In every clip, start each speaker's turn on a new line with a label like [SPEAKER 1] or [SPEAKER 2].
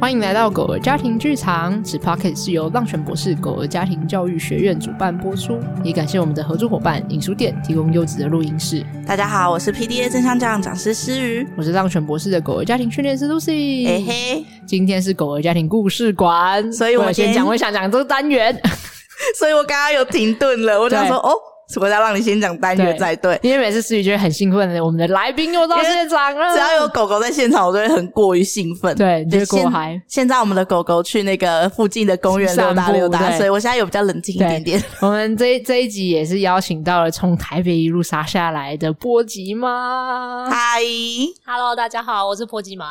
[SPEAKER 1] 欢迎来到狗儿家庭剧场。此 Pocket 是由浪犬博士狗儿家庭教育学院主办播出，也感谢我们的合作伙伴影书店提供优质的录音室。
[SPEAKER 2] 大家好，我是 PDA 正向教养讲师诗瑜。
[SPEAKER 1] 我是浪犬博士的狗儿家庭训练师 Lucy。
[SPEAKER 2] 哎嘿嘿，
[SPEAKER 1] 今天是狗儿家庭故事馆，
[SPEAKER 2] 所以我
[SPEAKER 1] 我
[SPEAKER 2] 今
[SPEAKER 1] 先
[SPEAKER 2] 天
[SPEAKER 1] 讲，我想讲这个单 元，
[SPEAKER 2] 所以我刚刚有停顿了，我想说哦，是我要让你先讲单元
[SPEAKER 1] 对
[SPEAKER 2] 再对。
[SPEAKER 1] 因为每次思雨觉得很兴奋的，我们的来宾又到现场了，
[SPEAKER 2] 只要有狗狗在现场，我都会很过于兴奋。
[SPEAKER 1] 嗯对你就会
[SPEAKER 2] 现
[SPEAKER 1] 过嗨。
[SPEAKER 2] 现在我们的狗狗去那个附近的公园溜
[SPEAKER 1] 散
[SPEAKER 2] 达
[SPEAKER 1] 步
[SPEAKER 2] 溜达，
[SPEAKER 1] 对
[SPEAKER 2] 所以我现在有比较冷静一点点。
[SPEAKER 1] 我们这一这一集也是邀请到了从台北一路杀下来的波吉妈。
[SPEAKER 2] 嗨，
[SPEAKER 3] Hello，大家好，我是波吉麻。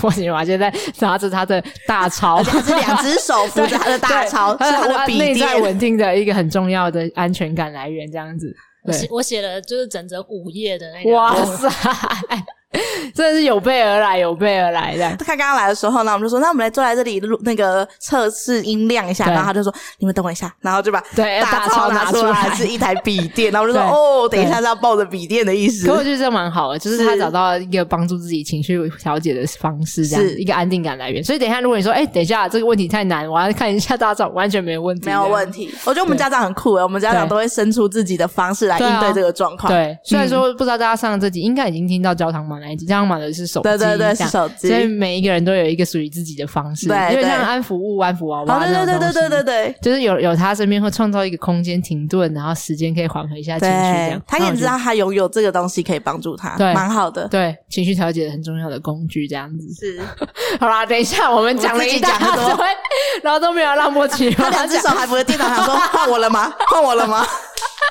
[SPEAKER 1] 波吉妈现在拿着她的大超
[SPEAKER 2] 而，且它是两只手扶着它的大潮，是
[SPEAKER 1] 对
[SPEAKER 2] 它的
[SPEAKER 1] 她
[SPEAKER 2] 笔
[SPEAKER 1] 内在
[SPEAKER 2] 垫。
[SPEAKER 1] 稳定的一个很重要的安全感来源，这样子。
[SPEAKER 3] 我写
[SPEAKER 1] 对，
[SPEAKER 3] 我写了就是整整五页的那个。
[SPEAKER 1] 哇塞， 真的是有备而来，有备而来的。
[SPEAKER 2] 他刚刚来的时候呢，我们就说，那我们来坐在这里录那个测试音量一下，
[SPEAKER 1] 对
[SPEAKER 2] 然后他就说，你们等我一下，然后就把
[SPEAKER 1] 对哎
[SPEAKER 2] 大
[SPEAKER 1] 大钞
[SPEAKER 2] 钞
[SPEAKER 1] 拿
[SPEAKER 2] 拿
[SPEAKER 1] 出
[SPEAKER 2] 出来
[SPEAKER 1] 来
[SPEAKER 2] 是一台笔电，然后我就说，
[SPEAKER 1] 对
[SPEAKER 2] 哦，等一
[SPEAKER 1] 对
[SPEAKER 2] 下是要抱着笔电的意思
[SPEAKER 1] 可。我觉得这蛮好的，就是
[SPEAKER 2] 是
[SPEAKER 1] 他找到一个帮助自己情绪调节的方式，这样
[SPEAKER 2] 是
[SPEAKER 1] 一个安定感来源。所以等一下，如果你说，哎、等一下这个问题太难，我要看一下大照，完全没问题，
[SPEAKER 2] 没有问。题，我觉得我们家长很酷欸诶，我们家长
[SPEAKER 1] 对
[SPEAKER 2] 都会生出自己的方式来
[SPEAKER 1] 对啊
[SPEAKER 2] 应对这个状况。
[SPEAKER 1] 对，虽
[SPEAKER 2] 嗯
[SPEAKER 1] 然说不知道大家上这集应该已经听到焦糖玛那一集，焦糖玛的是手机，
[SPEAKER 2] 对对对，
[SPEAKER 1] 这
[SPEAKER 2] 是
[SPEAKER 1] 样
[SPEAKER 2] 手机。
[SPEAKER 1] 所以每一个人都有一个属于自己的方式，
[SPEAKER 2] 对
[SPEAKER 1] 因为
[SPEAKER 2] 对
[SPEAKER 1] 像安抚物、安抚娃
[SPEAKER 2] 哦，
[SPEAKER 1] 娃
[SPEAKER 2] 对
[SPEAKER 1] 那种
[SPEAKER 2] 对对对
[SPEAKER 1] 东西，
[SPEAKER 2] 对对对
[SPEAKER 1] 就是有有他身边会创造一个空间停顿，然后时间可以缓和一下情绪，这
[SPEAKER 2] 对
[SPEAKER 1] 样，
[SPEAKER 2] 他可以知道他拥有这个东西可以帮助他，
[SPEAKER 1] 对
[SPEAKER 2] 蛮好的。
[SPEAKER 1] 对情绪调节很重要的工具，这样子。
[SPEAKER 2] 是，
[SPEAKER 1] 好啦，等一下我们讲了一大
[SPEAKER 2] 我自己讲
[SPEAKER 1] 堆， 然后都没有让波 奇
[SPEAKER 2] 他
[SPEAKER 1] 妈妈
[SPEAKER 2] 两只
[SPEAKER 1] 讲
[SPEAKER 2] 手，还扶着电脑，想说换我了吗？换我了吗？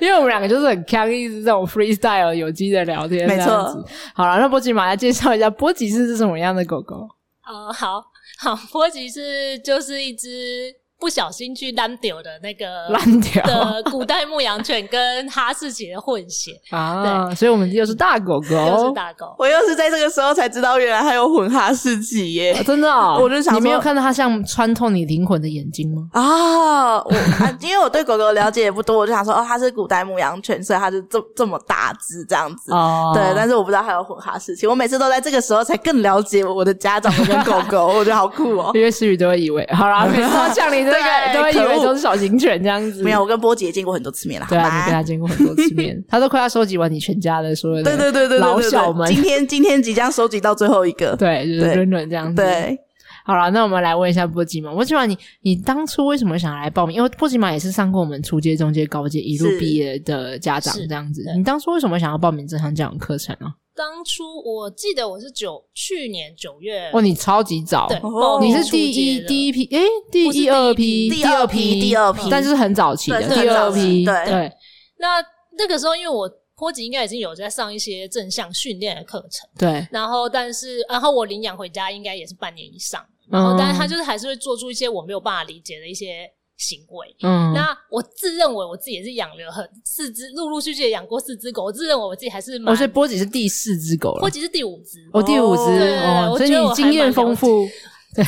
[SPEAKER 1] 因为我们两个就是很强，一直这种 freestyle 有机的聊天，
[SPEAKER 2] 没错
[SPEAKER 1] 这样子。好了，那波奇马来介绍一下，波吉是什么样的狗狗？
[SPEAKER 3] 嗯，好好，波吉是就是一只不小心去烂丢的那个
[SPEAKER 2] 呃
[SPEAKER 1] 烂掉
[SPEAKER 3] 的古代牧羊犬跟哈士奇的混血，
[SPEAKER 1] 啊，所以我们又是大狗
[SPEAKER 3] 又
[SPEAKER 1] 狗
[SPEAKER 3] 是，大狗。
[SPEAKER 2] 我又是在这个时候才知道，原来他有混哈士奇
[SPEAKER 1] 啊
[SPEAKER 2] 耶！
[SPEAKER 1] 真的哦。
[SPEAKER 2] 我就想说
[SPEAKER 1] 你没有看到它像穿透你灵魂的眼睛 吗？
[SPEAKER 2] 啊、我 啊，因为我对狗狗了解也不多，我就想说，哦，它是古代牧羊犬，所以它就这这么大只这样子。
[SPEAKER 1] 哦
[SPEAKER 2] 对，但是我不知道还有混哈士奇，我每次都在这个时候才更了解我的家长跟狗 狗，我觉得好酷哦。
[SPEAKER 1] 因为思雨都会以为， 好 啦，每次都像你这个
[SPEAKER 2] 对
[SPEAKER 1] 都会以
[SPEAKER 2] 可
[SPEAKER 1] 为
[SPEAKER 2] 恶
[SPEAKER 1] 都是小型犬这样子，
[SPEAKER 2] 没有，我跟波姐也见过很多次面了，
[SPEAKER 1] 对
[SPEAKER 2] 好
[SPEAKER 1] 啊，啊
[SPEAKER 2] 吗
[SPEAKER 1] 你跟他见过很多次面，他都快要收集完你全家的所有的
[SPEAKER 2] 对对对对对，
[SPEAKER 1] 老
[SPEAKER 2] 对对
[SPEAKER 1] 小们
[SPEAKER 2] 今天今天即将收集到最后一个，
[SPEAKER 1] 对，就是
[SPEAKER 2] 对
[SPEAKER 1] 伦伦这样子。，
[SPEAKER 2] 对，
[SPEAKER 1] 好了，那我们来问一下波吉玛，波吉玛，你你当初为什么想来报名？因为波吉玛也是上过我们初阶、中阶、高阶一路
[SPEAKER 2] 是
[SPEAKER 1] 毕业的家长
[SPEAKER 3] 是
[SPEAKER 1] 这样子，
[SPEAKER 3] 对
[SPEAKER 1] 你当初为什么想要报名这堂教养课程啊？
[SPEAKER 3] 当初我记得我是九去年九月，
[SPEAKER 1] 哦哇，你超级早，
[SPEAKER 3] 对，
[SPEAKER 2] 哦
[SPEAKER 3] 报
[SPEAKER 1] 你
[SPEAKER 3] 名
[SPEAKER 1] 是
[SPEAKER 3] 初
[SPEAKER 1] 第
[SPEAKER 3] 阶
[SPEAKER 1] 一
[SPEAKER 3] 的
[SPEAKER 1] 第一批，诶，第
[SPEAKER 3] 不是
[SPEAKER 1] 一
[SPEAKER 3] 第
[SPEAKER 1] 二
[SPEAKER 3] 一
[SPEAKER 1] 批，
[SPEAKER 3] 批
[SPEAKER 1] 第
[SPEAKER 2] 第二
[SPEAKER 1] 批，
[SPEAKER 2] 批第二批
[SPEAKER 1] 但是很早期的
[SPEAKER 2] 对是
[SPEAKER 1] 第
[SPEAKER 2] 很
[SPEAKER 1] 二
[SPEAKER 2] 早
[SPEAKER 1] 批，
[SPEAKER 2] 期对
[SPEAKER 1] 对
[SPEAKER 3] 那那个时候，因为我波吉应该已经有在上一些正向训练的课程，
[SPEAKER 1] 对，
[SPEAKER 3] 然后但是然后我领养回家应该也是半年以上，
[SPEAKER 1] 嗯
[SPEAKER 3] 然后哦但是他就是还是会做出一些我没有办法理解的一些行为。
[SPEAKER 1] 嗯，
[SPEAKER 3] 那我自认为我自己也是养了很四只，陆陆续续也养过四只狗，我自认为我自己还是蛮
[SPEAKER 1] 我哦所以波吉是第四只狗了
[SPEAKER 3] 波，吉是第五只，
[SPEAKER 1] 哦，第五只，
[SPEAKER 2] 对
[SPEAKER 1] 哦，
[SPEAKER 3] 我
[SPEAKER 1] 所以
[SPEAKER 3] 觉得
[SPEAKER 1] 你
[SPEAKER 3] 我
[SPEAKER 1] 经
[SPEAKER 3] 还
[SPEAKER 1] 验
[SPEAKER 3] 蛮
[SPEAKER 1] 丰
[SPEAKER 3] 了
[SPEAKER 1] 富，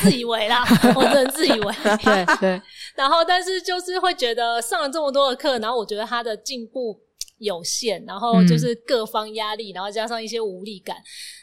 [SPEAKER 3] 自以 为啦，我真的自以为。
[SPEAKER 1] 对对，
[SPEAKER 3] 然后，但是就是会觉得上了这么多的课，然后我觉得他的进步有限，然后
[SPEAKER 1] 嗯
[SPEAKER 3] 就是各方压力，然后加上一些无力感。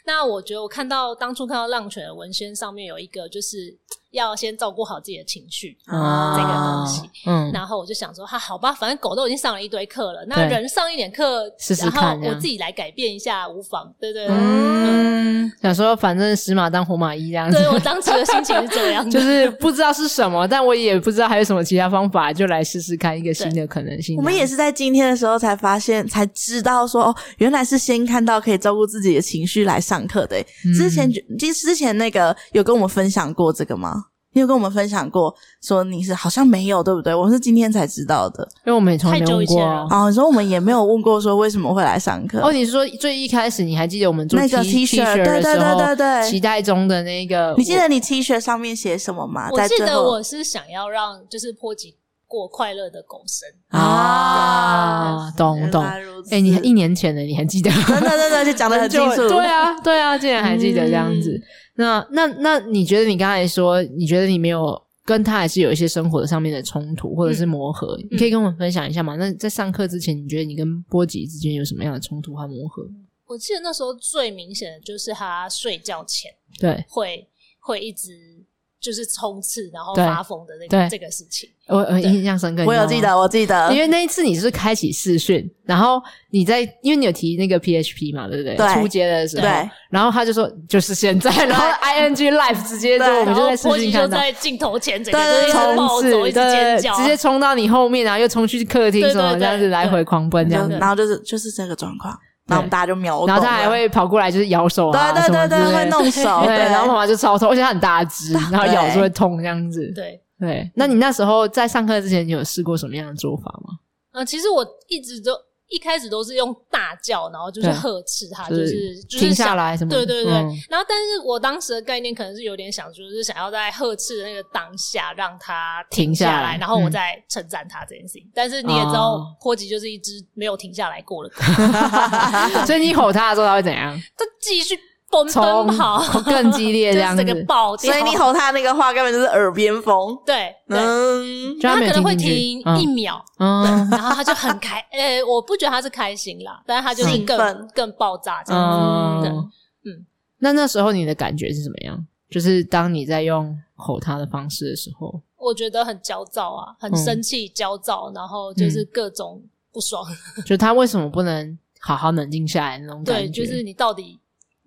[SPEAKER 3] 那我觉得我看到当初看到浪犬的文宣上面有一个，就是要先照顾好自己的情绪。
[SPEAKER 1] 啊，
[SPEAKER 3] 这个东西，
[SPEAKER 1] 嗯，
[SPEAKER 3] 然后我就想说，哈、好吧，反正狗都已经上了一堆课了，那
[SPEAKER 1] 对
[SPEAKER 3] 人上一点课，
[SPEAKER 1] 试试
[SPEAKER 3] 然
[SPEAKER 1] 看
[SPEAKER 3] 后
[SPEAKER 1] 这
[SPEAKER 3] 我
[SPEAKER 1] 样
[SPEAKER 3] 自己来改变一下，无妨，对对对，
[SPEAKER 1] 嗯，想说反正死马当活马医这样子，
[SPEAKER 3] 对我当时的心情是这样的，
[SPEAKER 1] 就是不知道是什么，但我也不知道还有什么其他方法，就来试试看一个新的可能性。
[SPEAKER 2] 我们也是在今天的时候才发现，才知道说哦，原来是先看到可以照顾自己的情绪来上课的欸。
[SPEAKER 1] 嗯
[SPEAKER 2] 之前就其实之前那个有跟我们分享过这个吗？你有跟我们分享过说你是好像没有对不对？我是今天才知道的。
[SPEAKER 1] 因为我们也从来没
[SPEAKER 3] 太久
[SPEAKER 1] 问
[SPEAKER 3] 以前
[SPEAKER 1] 过
[SPEAKER 3] 了
[SPEAKER 1] 啊。
[SPEAKER 2] 哦，你说我们也没有问过说为什么会来上 课？
[SPEAKER 1] 哦，你是说最一开始你还记得我们做
[SPEAKER 2] 那个
[SPEAKER 1] T
[SPEAKER 2] T 恤
[SPEAKER 1] 的
[SPEAKER 2] 对对
[SPEAKER 1] 时候，
[SPEAKER 2] 对对对
[SPEAKER 1] 期待中的那个，
[SPEAKER 2] 你记得你 T 恤上面写什么吗？
[SPEAKER 3] 我
[SPEAKER 2] 在
[SPEAKER 3] 记
[SPEAKER 2] 最
[SPEAKER 3] 得
[SPEAKER 2] 后
[SPEAKER 3] 我是想要让就是波及过快乐的狗生，
[SPEAKER 1] 啊？懂懂。
[SPEAKER 2] 原来如此
[SPEAKER 1] 哎，你 一年前的你还记得？
[SPEAKER 2] 真的真的就讲的很清楚， 嗯
[SPEAKER 1] 对啊，对啊，竟然还记得这样子。那那那，你觉得你刚才说，你觉得你没有跟他还是有一些生活上面的冲突或者
[SPEAKER 2] 嗯
[SPEAKER 1] 是磨合，你可以跟我们分享一下吗？那在上课之前，你觉得你跟波吉之间有什么样的冲突和磨合？
[SPEAKER 3] 我记得那时候最明显的就是他睡觉前
[SPEAKER 1] 对，
[SPEAKER 3] 会会一直就是冲刺，然后
[SPEAKER 1] 对
[SPEAKER 3] 发疯的那
[SPEAKER 1] 对
[SPEAKER 3] 个这个事情。
[SPEAKER 1] 我我印象深刻，
[SPEAKER 2] 我有
[SPEAKER 1] 你知
[SPEAKER 2] 记
[SPEAKER 1] 道吗。
[SPEAKER 2] 得，我记得，
[SPEAKER 1] 因为那一次你是开启视讯，然后你在，因为你有提那个 PHP 嘛，对不对？
[SPEAKER 2] 对
[SPEAKER 1] 初阶的时候，
[SPEAKER 2] 对
[SPEAKER 1] 然后他就说就是现在，然后 ING Live 直接就
[SPEAKER 2] 对
[SPEAKER 1] 我们
[SPEAKER 3] 然
[SPEAKER 1] 就
[SPEAKER 3] 后
[SPEAKER 1] 在视
[SPEAKER 3] 波吉
[SPEAKER 1] 讯
[SPEAKER 3] 就
[SPEAKER 1] 看到，
[SPEAKER 3] 在镜头前，整
[SPEAKER 2] 对对
[SPEAKER 3] 个就一直
[SPEAKER 2] 对
[SPEAKER 3] 暴
[SPEAKER 1] 冲刺，
[SPEAKER 3] 走，一
[SPEAKER 1] 对
[SPEAKER 3] 直尖
[SPEAKER 1] 对，
[SPEAKER 3] 叫，啊
[SPEAKER 1] 直接冲到你后面，然后又冲去客厅
[SPEAKER 3] 对
[SPEAKER 1] 什么
[SPEAKER 3] 对对
[SPEAKER 1] 这样子来回狂奔这样
[SPEAKER 2] 就
[SPEAKER 1] 子，
[SPEAKER 2] 然后就是就是这个状况，然后我们大家就秒懂了，
[SPEAKER 1] 然后他还会跑过来就是咬手啊，
[SPEAKER 2] 啊对
[SPEAKER 1] 什么
[SPEAKER 2] 对对
[SPEAKER 1] 之
[SPEAKER 2] 对，
[SPEAKER 1] 类的
[SPEAKER 2] 会弄手，
[SPEAKER 1] 对，
[SPEAKER 2] 对，
[SPEAKER 1] 然后妈妈就超痛，而且它很大只，然后咬就会痛这样子。
[SPEAKER 3] 对。
[SPEAKER 1] 对，那你那时候在上课之前，你有试过什么样的做法吗？
[SPEAKER 3] 嗯，其实我一直都一开始都是用大叫，然后就是
[SPEAKER 1] 对
[SPEAKER 3] 呵斥他，
[SPEAKER 1] 就
[SPEAKER 3] 啊就是是就是
[SPEAKER 1] 停下
[SPEAKER 3] 想。
[SPEAKER 1] 来什么的？
[SPEAKER 3] 对对对，
[SPEAKER 1] 嗯
[SPEAKER 3] 然后但是我当时的概念可能是有点想，就是想要在呵斥的那个当下让他
[SPEAKER 1] 停下
[SPEAKER 3] 下
[SPEAKER 1] 来
[SPEAKER 3] 然后我
[SPEAKER 1] 嗯
[SPEAKER 3] 再称赞他这件事情。但是你也知道
[SPEAKER 1] 哦，
[SPEAKER 3] 波吉就是一只没有停下来过 的狗，
[SPEAKER 1] 所以你吼他的时候，他会怎样？
[SPEAKER 3] 他继续奔奔
[SPEAKER 1] 冲
[SPEAKER 3] 跑，
[SPEAKER 1] 更激烈
[SPEAKER 3] 就
[SPEAKER 1] 这
[SPEAKER 3] 是
[SPEAKER 1] 样
[SPEAKER 3] 整
[SPEAKER 1] 子，
[SPEAKER 3] 个爆掉。
[SPEAKER 2] 所以你吼他那个话根本就是耳边风，
[SPEAKER 3] 对对，
[SPEAKER 2] 嗯，
[SPEAKER 1] 就
[SPEAKER 3] 他
[SPEAKER 1] 没
[SPEAKER 3] 可
[SPEAKER 1] 有
[SPEAKER 3] 能会停
[SPEAKER 1] 进去
[SPEAKER 3] 一秒，
[SPEAKER 1] 嗯嗯
[SPEAKER 3] 然后他就很开， 呃，我不觉得他是开心啦，但是他就是
[SPEAKER 2] 兴
[SPEAKER 3] 更
[SPEAKER 2] 奋
[SPEAKER 3] 更爆炸这样子。对
[SPEAKER 1] 嗯
[SPEAKER 3] 嗯
[SPEAKER 1] 那那时候你的感觉是怎么样？就是当你在用吼他的方式的时候，
[SPEAKER 3] 我觉得很焦躁啊，
[SPEAKER 1] 嗯
[SPEAKER 3] 很生气、焦躁，然后就是各种不爽。
[SPEAKER 1] 就他为什么不能好好冷静下来那种
[SPEAKER 3] 对，
[SPEAKER 1] 感觉？
[SPEAKER 3] 就是你到底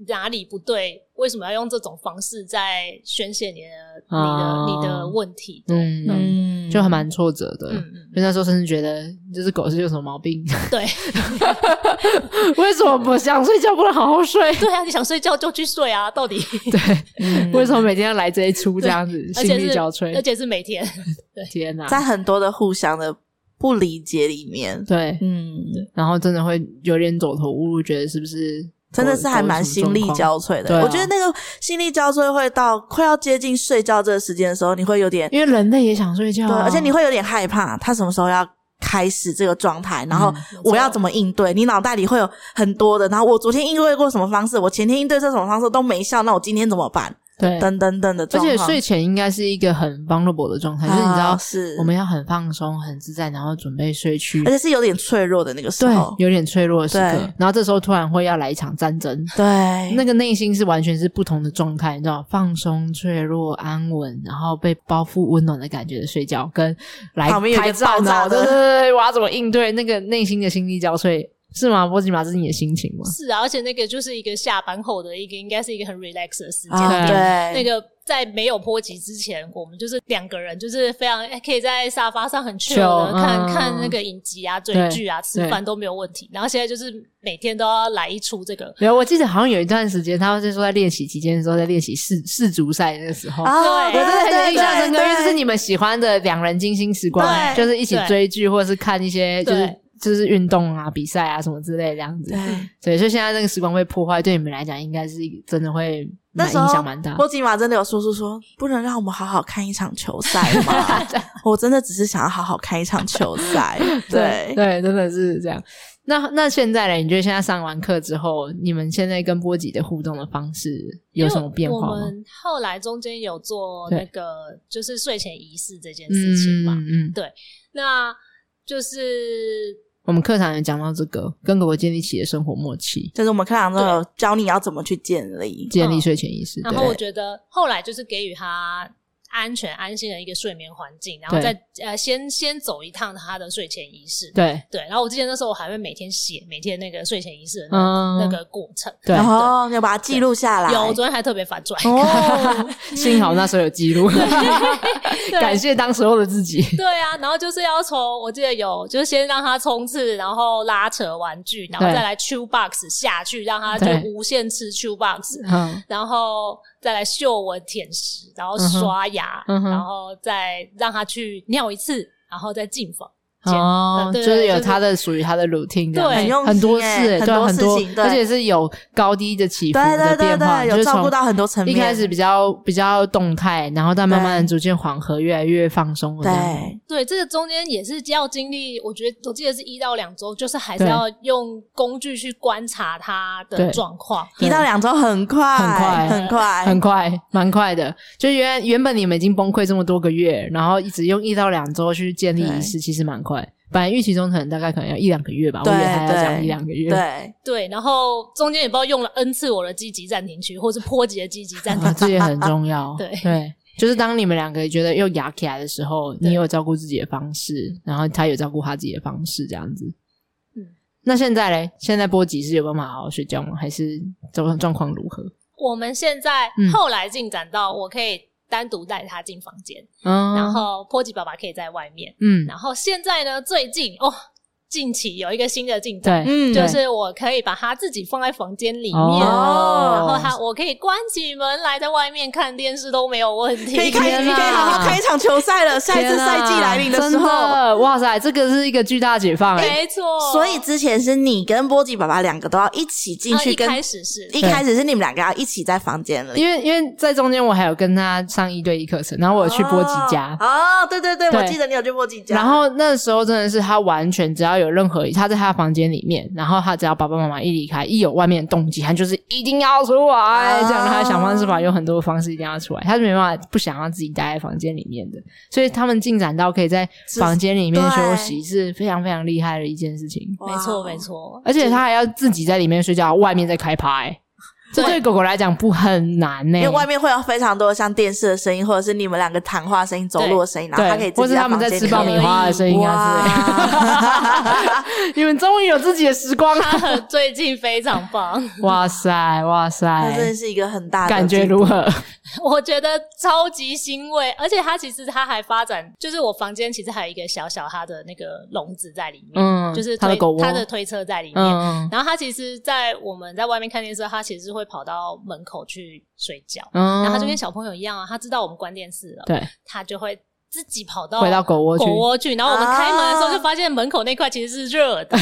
[SPEAKER 3] 哪里不对？为什么要用这种方式在宣泄你的、
[SPEAKER 1] 哦
[SPEAKER 3] 你的、你的问题？对，
[SPEAKER 1] 嗯嗯，
[SPEAKER 2] 嗯
[SPEAKER 1] 就还蛮挫折的。
[SPEAKER 3] 嗯嗯，
[SPEAKER 1] 就那时候甚至觉得，就是狗是有什么毛病？
[SPEAKER 3] 对，
[SPEAKER 1] 为什么不想睡觉不能好好睡？
[SPEAKER 3] 对啊，你想睡觉就去睡啊，到底，
[SPEAKER 1] 对，
[SPEAKER 2] 嗯
[SPEAKER 1] 为什么每天要来这一出这样子，
[SPEAKER 3] 嗯而
[SPEAKER 1] 心
[SPEAKER 3] 且
[SPEAKER 1] 力
[SPEAKER 3] 是
[SPEAKER 1] 交瘁
[SPEAKER 3] 而？且是每天，
[SPEAKER 1] 天哪、
[SPEAKER 2] 在很多的互相的不理解里面，
[SPEAKER 1] 对，
[SPEAKER 2] 嗯，
[SPEAKER 1] 然后真的会有点走投无路，觉得是不是？
[SPEAKER 2] 真的是还蛮心力交瘁
[SPEAKER 1] 对
[SPEAKER 2] 的。
[SPEAKER 1] 啊
[SPEAKER 2] 我觉得那个心力交瘁会到快要接近睡觉这个时间的时候，你会有点
[SPEAKER 1] 因为人类也想睡觉、
[SPEAKER 2] 对，
[SPEAKER 1] 啊，
[SPEAKER 2] 而且你会有点害怕，他什么时候要开始这个状态，然后
[SPEAKER 1] 嗯
[SPEAKER 2] 我要怎么应对？你脑袋里会有很多的，然后我昨天应对过什么方式，我前天应对这种方式都没效，那我今天怎么办？
[SPEAKER 1] 对，
[SPEAKER 2] 等等等的
[SPEAKER 1] 而
[SPEAKER 2] 状况，
[SPEAKER 1] 且睡前应该是一个很 vulnerable 的状态，就是你知
[SPEAKER 2] 啊
[SPEAKER 1] 道，
[SPEAKER 2] 是
[SPEAKER 1] 我们要很放松、很自在，然后准备睡去
[SPEAKER 2] 而。且是有点脆弱的那个时
[SPEAKER 1] 对
[SPEAKER 2] 候，，
[SPEAKER 1] 有点脆弱的时刻
[SPEAKER 2] 对，
[SPEAKER 1] 然后这时候突然会要来一场战争，
[SPEAKER 2] 对，
[SPEAKER 1] 那个内心是完全是不同的状态，你知道吗，放松、脆弱、安稳，然后被包覆温暖的感觉的睡觉，跟来
[SPEAKER 2] 旁边有一
[SPEAKER 1] 开
[SPEAKER 2] 个
[SPEAKER 1] 战
[SPEAKER 2] 爆
[SPEAKER 1] 哦，
[SPEAKER 2] 炸
[SPEAKER 1] 对
[SPEAKER 2] 的
[SPEAKER 1] 对对，我要怎么应对那个内心的心力交瘁？是吗？波吉玛，这是你的心情吗？
[SPEAKER 3] 是啊，而且那个就是一个下班后的一个，应该是一个很 relax 的时间
[SPEAKER 2] 啊
[SPEAKER 1] 对
[SPEAKER 2] 对，
[SPEAKER 3] 那个在没有波及之前，我们就是两个人，就是非常哎可以在沙发上很 chill 的
[SPEAKER 1] Chill，
[SPEAKER 3] 看、
[SPEAKER 1] 嗯
[SPEAKER 3] 看那个影集啊、追剧啊、吃饭都没有问题。然后现在就是每天都要来一出这个，
[SPEAKER 1] 没有，我记得好像有一段时间，他们是说在练习期间的时候，在练习世世足赛那个时候。
[SPEAKER 2] 啊，
[SPEAKER 1] 我
[SPEAKER 3] 对
[SPEAKER 1] 真的很有印象深刻，因为这
[SPEAKER 2] 就是
[SPEAKER 1] 你们喜欢的两人精心时光，
[SPEAKER 2] 对
[SPEAKER 1] 就是一起
[SPEAKER 3] 对
[SPEAKER 1] 追剧或者是看一些就是
[SPEAKER 3] 对
[SPEAKER 1] 就是运动啊、比赛啊什么之类的这样子。
[SPEAKER 2] 对。
[SPEAKER 1] 对，所以现在那个时光被破坏，对你们来讲应该是真的会
[SPEAKER 2] 那
[SPEAKER 1] 蛮
[SPEAKER 2] 时候
[SPEAKER 1] 影响蛮大。
[SPEAKER 2] 波吉玛真的有说出说，不能让我们好好看一场球赛吗？ 我真的只是想要好好看一场球赛。对，
[SPEAKER 1] 对，真的是这样。那那现在呢？你觉得现在上完课之后，你们现在跟波吉的互动的方式有什么变化
[SPEAKER 3] 因为我
[SPEAKER 1] 吗？
[SPEAKER 3] 们后来中间有做
[SPEAKER 1] 对
[SPEAKER 3] 那个就是睡前仪式这件事情
[SPEAKER 1] 嗯
[SPEAKER 3] 嘛，
[SPEAKER 1] 嗯嗯，
[SPEAKER 3] 那就是
[SPEAKER 1] 我们课堂有讲到这个，跟狗狗建立起的生活默契，
[SPEAKER 2] 就是我们课堂中有教你要怎么去建立。
[SPEAKER 1] 建立睡前仪式。
[SPEAKER 3] 嗯然
[SPEAKER 1] 对
[SPEAKER 3] 后我觉得后来就是给予他安全安心的一个睡眠环境，然后
[SPEAKER 1] 对
[SPEAKER 3] 再呃先先走一趟他的睡前仪式。
[SPEAKER 1] 对，
[SPEAKER 3] 对，然后我之前那时候我还会每天写每天那个睡前仪式的那个、
[SPEAKER 1] 嗯，
[SPEAKER 3] 那个过程，
[SPEAKER 1] 对
[SPEAKER 2] 然，后你要把它记录下来。
[SPEAKER 3] 有我昨天还特别翻出来看，
[SPEAKER 2] 哦，
[SPEAKER 1] 嗯幸好那时候有记录，
[SPEAKER 3] 对
[SPEAKER 1] 感谢当时候的自己。
[SPEAKER 3] 对啊，然后就是要从我记得有，就是先让他冲刺，然后拉扯玩具，然后
[SPEAKER 1] 对
[SPEAKER 3] 再来 chew box 下去，让他就
[SPEAKER 1] 对
[SPEAKER 3] 无限吃 chew box，
[SPEAKER 1] 嗯，
[SPEAKER 3] 然后再来嗅闻舔食，然后刷牙，
[SPEAKER 1] 嗯哼嗯哼
[SPEAKER 3] 然后再让他去尿一次，然后再进房。间
[SPEAKER 1] 哦
[SPEAKER 3] 啊，
[SPEAKER 1] 就
[SPEAKER 3] 对
[SPEAKER 1] 是
[SPEAKER 3] 对
[SPEAKER 1] 有
[SPEAKER 3] 就是
[SPEAKER 1] 他的属于他的 routine，这样
[SPEAKER 3] 对很
[SPEAKER 2] 用心
[SPEAKER 1] 很多事
[SPEAKER 2] 欸
[SPEAKER 1] 欸，
[SPEAKER 2] 很
[SPEAKER 1] 对啊，
[SPEAKER 2] 多
[SPEAKER 1] 很
[SPEAKER 2] 事
[SPEAKER 1] 多
[SPEAKER 2] 情，对
[SPEAKER 1] 而且是有高低的起伏
[SPEAKER 2] 对
[SPEAKER 1] 的
[SPEAKER 2] 对对
[SPEAKER 1] 变化，
[SPEAKER 2] 对，有
[SPEAKER 1] 就
[SPEAKER 2] 照顾
[SPEAKER 1] 从
[SPEAKER 2] 到很多层
[SPEAKER 1] 一
[SPEAKER 2] 面。
[SPEAKER 1] 开始比较比较动态，然后但慢慢的
[SPEAKER 2] 对
[SPEAKER 1] 逐渐缓和，越来越放松了这样子。
[SPEAKER 2] 对，
[SPEAKER 3] 对，这个中间也是要经历，我觉得我记得是一到两周，就是还是
[SPEAKER 1] 对
[SPEAKER 3] 要用工具去观察他
[SPEAKER 1] 对
[SPEAKER 3] 的状况。
[SPEAKER 1] 对
[SPEAKER 2] 一到两周很快，
[SPEAKER 1] 很快
[SPEAKER 2] 很快，
[SPEAKER 1] 很快，蛮快的。就原原本你们已经崩溃这么多个月，然后一直用一到两周去建立
[SPEAKER 2] 对
[SPEAKER 1] 仪式，其实蛮快。本来预期中可能大概可能要一两个月吧，我
[SPEAKER 2] 对
[SPEAKER 1] 以为还要讲
[SPEAKER 2] 对
[SPEAKER 1] 一两个月。
[SPEAKER 2] 对，
[SPEAKER 3] 对，然后中间也不知道用了 n 次我的积极暂停区，或是波及的积极暂停
[SPEAKER 1] 啊，
[SPEAKER 3] 区。
[SPEAKER 1] 这也很重要。
[SPEAKER 3] 对
[SPEAKER 1] 就是当你们两个觉得又压起来的时候，
[SPEAKER 3] 对
[SPEAKER 1] 你有照顾自己的方式，然后他有照顾他自己的方式，这样子。
[SPEAKER 3] 嗯
[SPEAKER 1] 那现在嘞？现在波吉是有办法好好睡觉吗？还是状状况如何？
[SPEAKER 3] 我们现在
[SPEAKER 1] 嗯
[SPEAKER 3] 后来进展到我可以单独带他进房间，
[SPEAKER 1] 嗯，
[SPEAKER 3] 然后波及爸爸可以在外面。
[SPEAKER 1] 嗯，
[SPEAKER 3] 然后现在呢，最近哦，近期有一个新的进展，
[SPEAKER 1] 对，
[SPEAKER 2] 嗯，
[SPEAKER 3] 就
[SPEAKER 1] 对
[SPEAKER 3] 是我可以把他自己放在房间里面，
[SPEAKER 1] 哦
[SPEAKER 3] 然后他我可以关起门来在外面看电视都没有问题。
[SPEAKER 2] 可以 开，
[SPEAKER 1] 天
[SPEAKER 2] 你可以好好
[SPEAKER 1] 啊
[SPEAKER 2] 看一场球赛了。下一
[SPEAKER 1] 天
[SPEAKER 2] 次赛
[SPEAKER 1] 啊
[SPEAKER 2] 季来临的时
[SPEAKER 1] 真
[SPEAKER 2] 候，
[SPEAKER 1] 的哇塞，这个是一个巨大解放哎、
[SPEAKER 3] 没错。
[SPEAKER 2] 所以之前是你跟波吉爸爸两个都要一起进
[SPEAKER 3] 啊
[SPEAKER 2] 去，
[SPEAKER 3] 一
[SPEAKER 2] 跟
[SPEAKER 3] 开始是
[SPEAKER 2] 一开始是你们两个要一起在房间里。
[SPEAKER 1] 因为因为在中间我还有跟他上一对一课程，然后我有去波吉家，
[SPEAKER 2] 哦，哦对对对，
[SPEAKER 1] 对
[SPEAKER 2] 我记得你有去波吉家，
[SPEAKER 1] 然后那时候真的是他完全只要有任何他在他房间里面，然后他只要爸爸妈妈一离开，一有外面的动静，他就是一定要出来，这样他想方设法有很多方式一定要
[SPEAKER 2] 嗯
[SPEAKER 1] 出来，他是没办法不想让自己待在房间里面的，所以他们进展到可以在房间里面休息是非常非常厉害的一件事情，
[SPEAKER 2] 哇
[SPEAKER 3] 没错没，错，
[SPEAKER 1] 而且他还要自己在里面睡觉，外面在开趴、 欸，这对狗狗来讲不很难欸呢、
[SPEAKER 2] 因为外面会有非常多像电视的声音，或者是你们两个谈话声音、走路的声音，然后他可以
[SPEAKER 1] 对，
[SPEAKER 2] 自
[SPEAKER 1] 或
[SPEAKER 2] 己
[SPEAKER 1] 是他们在吃爆
[SPEAKER 2] 房间里
[SPEAKER 1] 米花的声音啊 之
[SPEAKER 2] 哇，
[SPEAKER 1] 类的，你们终于有自己的时 光了。
[SPEAKER 3] 他很 最近非常棒，
[SPEAKER 1] 哇塞，哇
[SPEAKER 2] 那真
[SPEAKER 1] 塞，
[SPEAKER 2] 的是一个很大的
[SPEAKER 1] 感觉
[SPEAKER 2] 进步
[SPEAKER 1] 如 何？
[SPEAKER 3] 我觉得超级欣慰。而且他其实他还发展，就是我房间其实还有一个小小他的那个笼子在里面，
[SPEAKER 1] 嗯
[SPEAKER 3] 就是
[SPEAKER 1] 他的
[SPEAKER 3] 推
[SPEAKER 1] 狗窝
[SPEAKER 3] 他的推车在里面。
[SPEAKER 1] 嗯
[SPEAKER 3] 然后他其实，在我们在外面看电视，他其实会跑到门口去睡觉。
[SPEAKER 1] 嗯
[SPEAKER 3] 然后他就跟小朋友一样啊，他知道我们关电视了，
[SPEAKER 1] 对
[SPEAKER 3] 他就会自己跑到
[SPEAKER 1] 回到狗窝去
[SPEAKER 3] 狗
[SPEAKER 2] 哦
[SPEAKER 3] 窝去。然后我们开门的时候，
[SPEAKER 2] 啊
[SPEAKER 3] 就发现门口那块其实是 热的。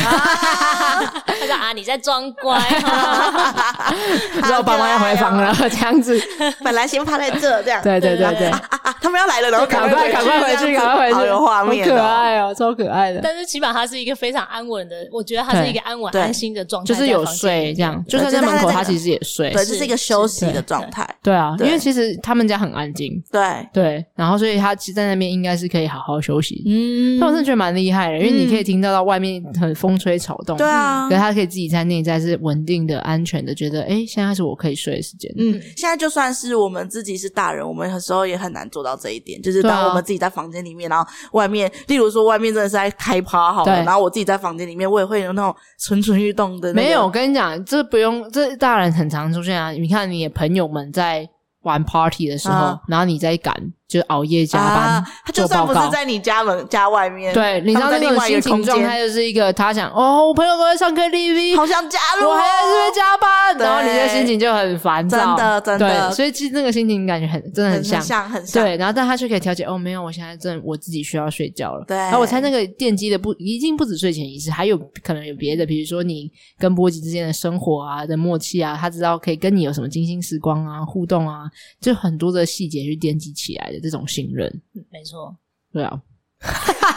[SPEAKER 3] 他说啊，你在装乖 哦。
[SPEAKER 1] 知道爸妈要回房了，这样子，
[SPEAKER 2] 本来先趴在这这样，
[SPEAKER 1] 对对对
[SPEAKER 3] 对
[SPEAKER 1] 对，
[SPEAKER 2] 啊啊， 他们要来了，然后
[SPEAKER 1] 赶快
[SPEAKER 2] 快
[SPEAKER 1] 赶快回
[SPEAKER 2] 这
[SPEAKER 1] 去，
[SPEAKER 2] 样子
[SPEAKER 1] 赶快回去，
[SPEAKER 2] 好有画面，
[SPEAKER 1] 好可。爱哦，超可爱的，
[SPEAKER 3] 但是起码他是一个非常安稳的，我觉得他是一个安稳
[SPEAKER 2] 对
[SPEAKER 3] 安心的状态，
[SPEAKER 1] 就是有
[SPEAKER 3] 在房间里
[SPEAKER 1] 睡
[SPEAKER 3] 面
[SPEAKER 1] 这样，就算在门口，他其实也睡。
[SPEAKER 2] 对，这是一个休息
[SPEAKER 1] 是
[SPEAKER 2] 的状态。
[SPEAKER 1] 对啊，因
[SPEAKER 2] 对
[SPEAKER 1] 为其实他们家很安静，
[SPEAKER 2] 对，
[SPEAKER 1] 对，然后所以他其实在那边应该是可以好好休息。
[SPEAKER 2] 嗯
[SPEAKER 1] 但我真的觉得蛮厉害的，因为你可以听到到外面很风吹草动，
[SPEAKER 2] 对啊
[SPEAKER 1] 可是，他可以自己在内在是稳定的、安全的，觉得诶，现在是我可以睡的时间。
[SPEAKER 2] 嗯，现在就算是我们自己是大人，我们有时候也很难做到这一点。就是
[SPEAKER 1] 对啊
[SPEAKER 2] 当我们自己在房间里面，然后外面，例如说外面真的是在开趴好了，
[SPEAKER 1] 对
[SPEAKER 2] 然后我自己在房间里面，我也会有那种蠢蠢欲动的、那啊个
[SPEAKER 1] 没有，我，跟你讲，这不用，这大人很常出现啊。你看，你的朋友们在玩 party 的时候，
[SPEAKER 2] 啊
[SPEAKER 1] 然后你在赶，就是熬夜加班、
[SPEAKER 2] 啊，他就
[SPEAKER 1] 做
[SPEAKER 2] 算
[SPEAKER 1] 报
[SPEAKER 2] 不
[SPEAKER 1] 告
[SPEAKER 2] 是。在你家门家外面，
[SPEAKER 1] 对，你知
[SPEAKER 2] 他
[SPEAKER 1] 道
[SPEAKER 2] 们在
[SPEAKER 1] 那
[SPEAKER 2] 另
[SPEAKER 1] 种
[SPEAKER 2] 外一
[SPEAKER 1] 心
[SPEAKER 2] 个
[SPEAKER 1] 情
[SPEAKER 2] 空
[SPEAKER 1] 状
[SPEAKER 2] 间
[SPEAKER 1] 态就是一个，他想哦，我朋友都在上 KTV，
[SPEAKER 2] 好想加入、哦，
[SPEAKER 1] 我还在这边加班，
[SPEAKER 2] 对
[SPEAKER 1] 然后你的心情就很烦躁，
[SPEAKER 2] 真的真的
[SPEAKER 1] 哦对，所以其实那个心情感觉很真的
[SPEAKER 2] 很
[SPEAKER 1] 很像，
[SPEAKER 2] 像很像，
[SPEAKER 1] 对，然后但他却可以调节哦，没有，我现在真的我自己需要睡觉了。
[SPEAKER 2] 对
[SPEAKER 1] 然后我猜那个电击的不一定不止睡前仪式，还有可能有别的，比如说你跟波吉之间的生活啊的默契啊，他知道可以跟你有什么精心时光啊、互动啊，就很多的细节去奠基起来的这种信任。
[SPEAKER 3] 嗯没错，
[SPEAKER 1] 对啊，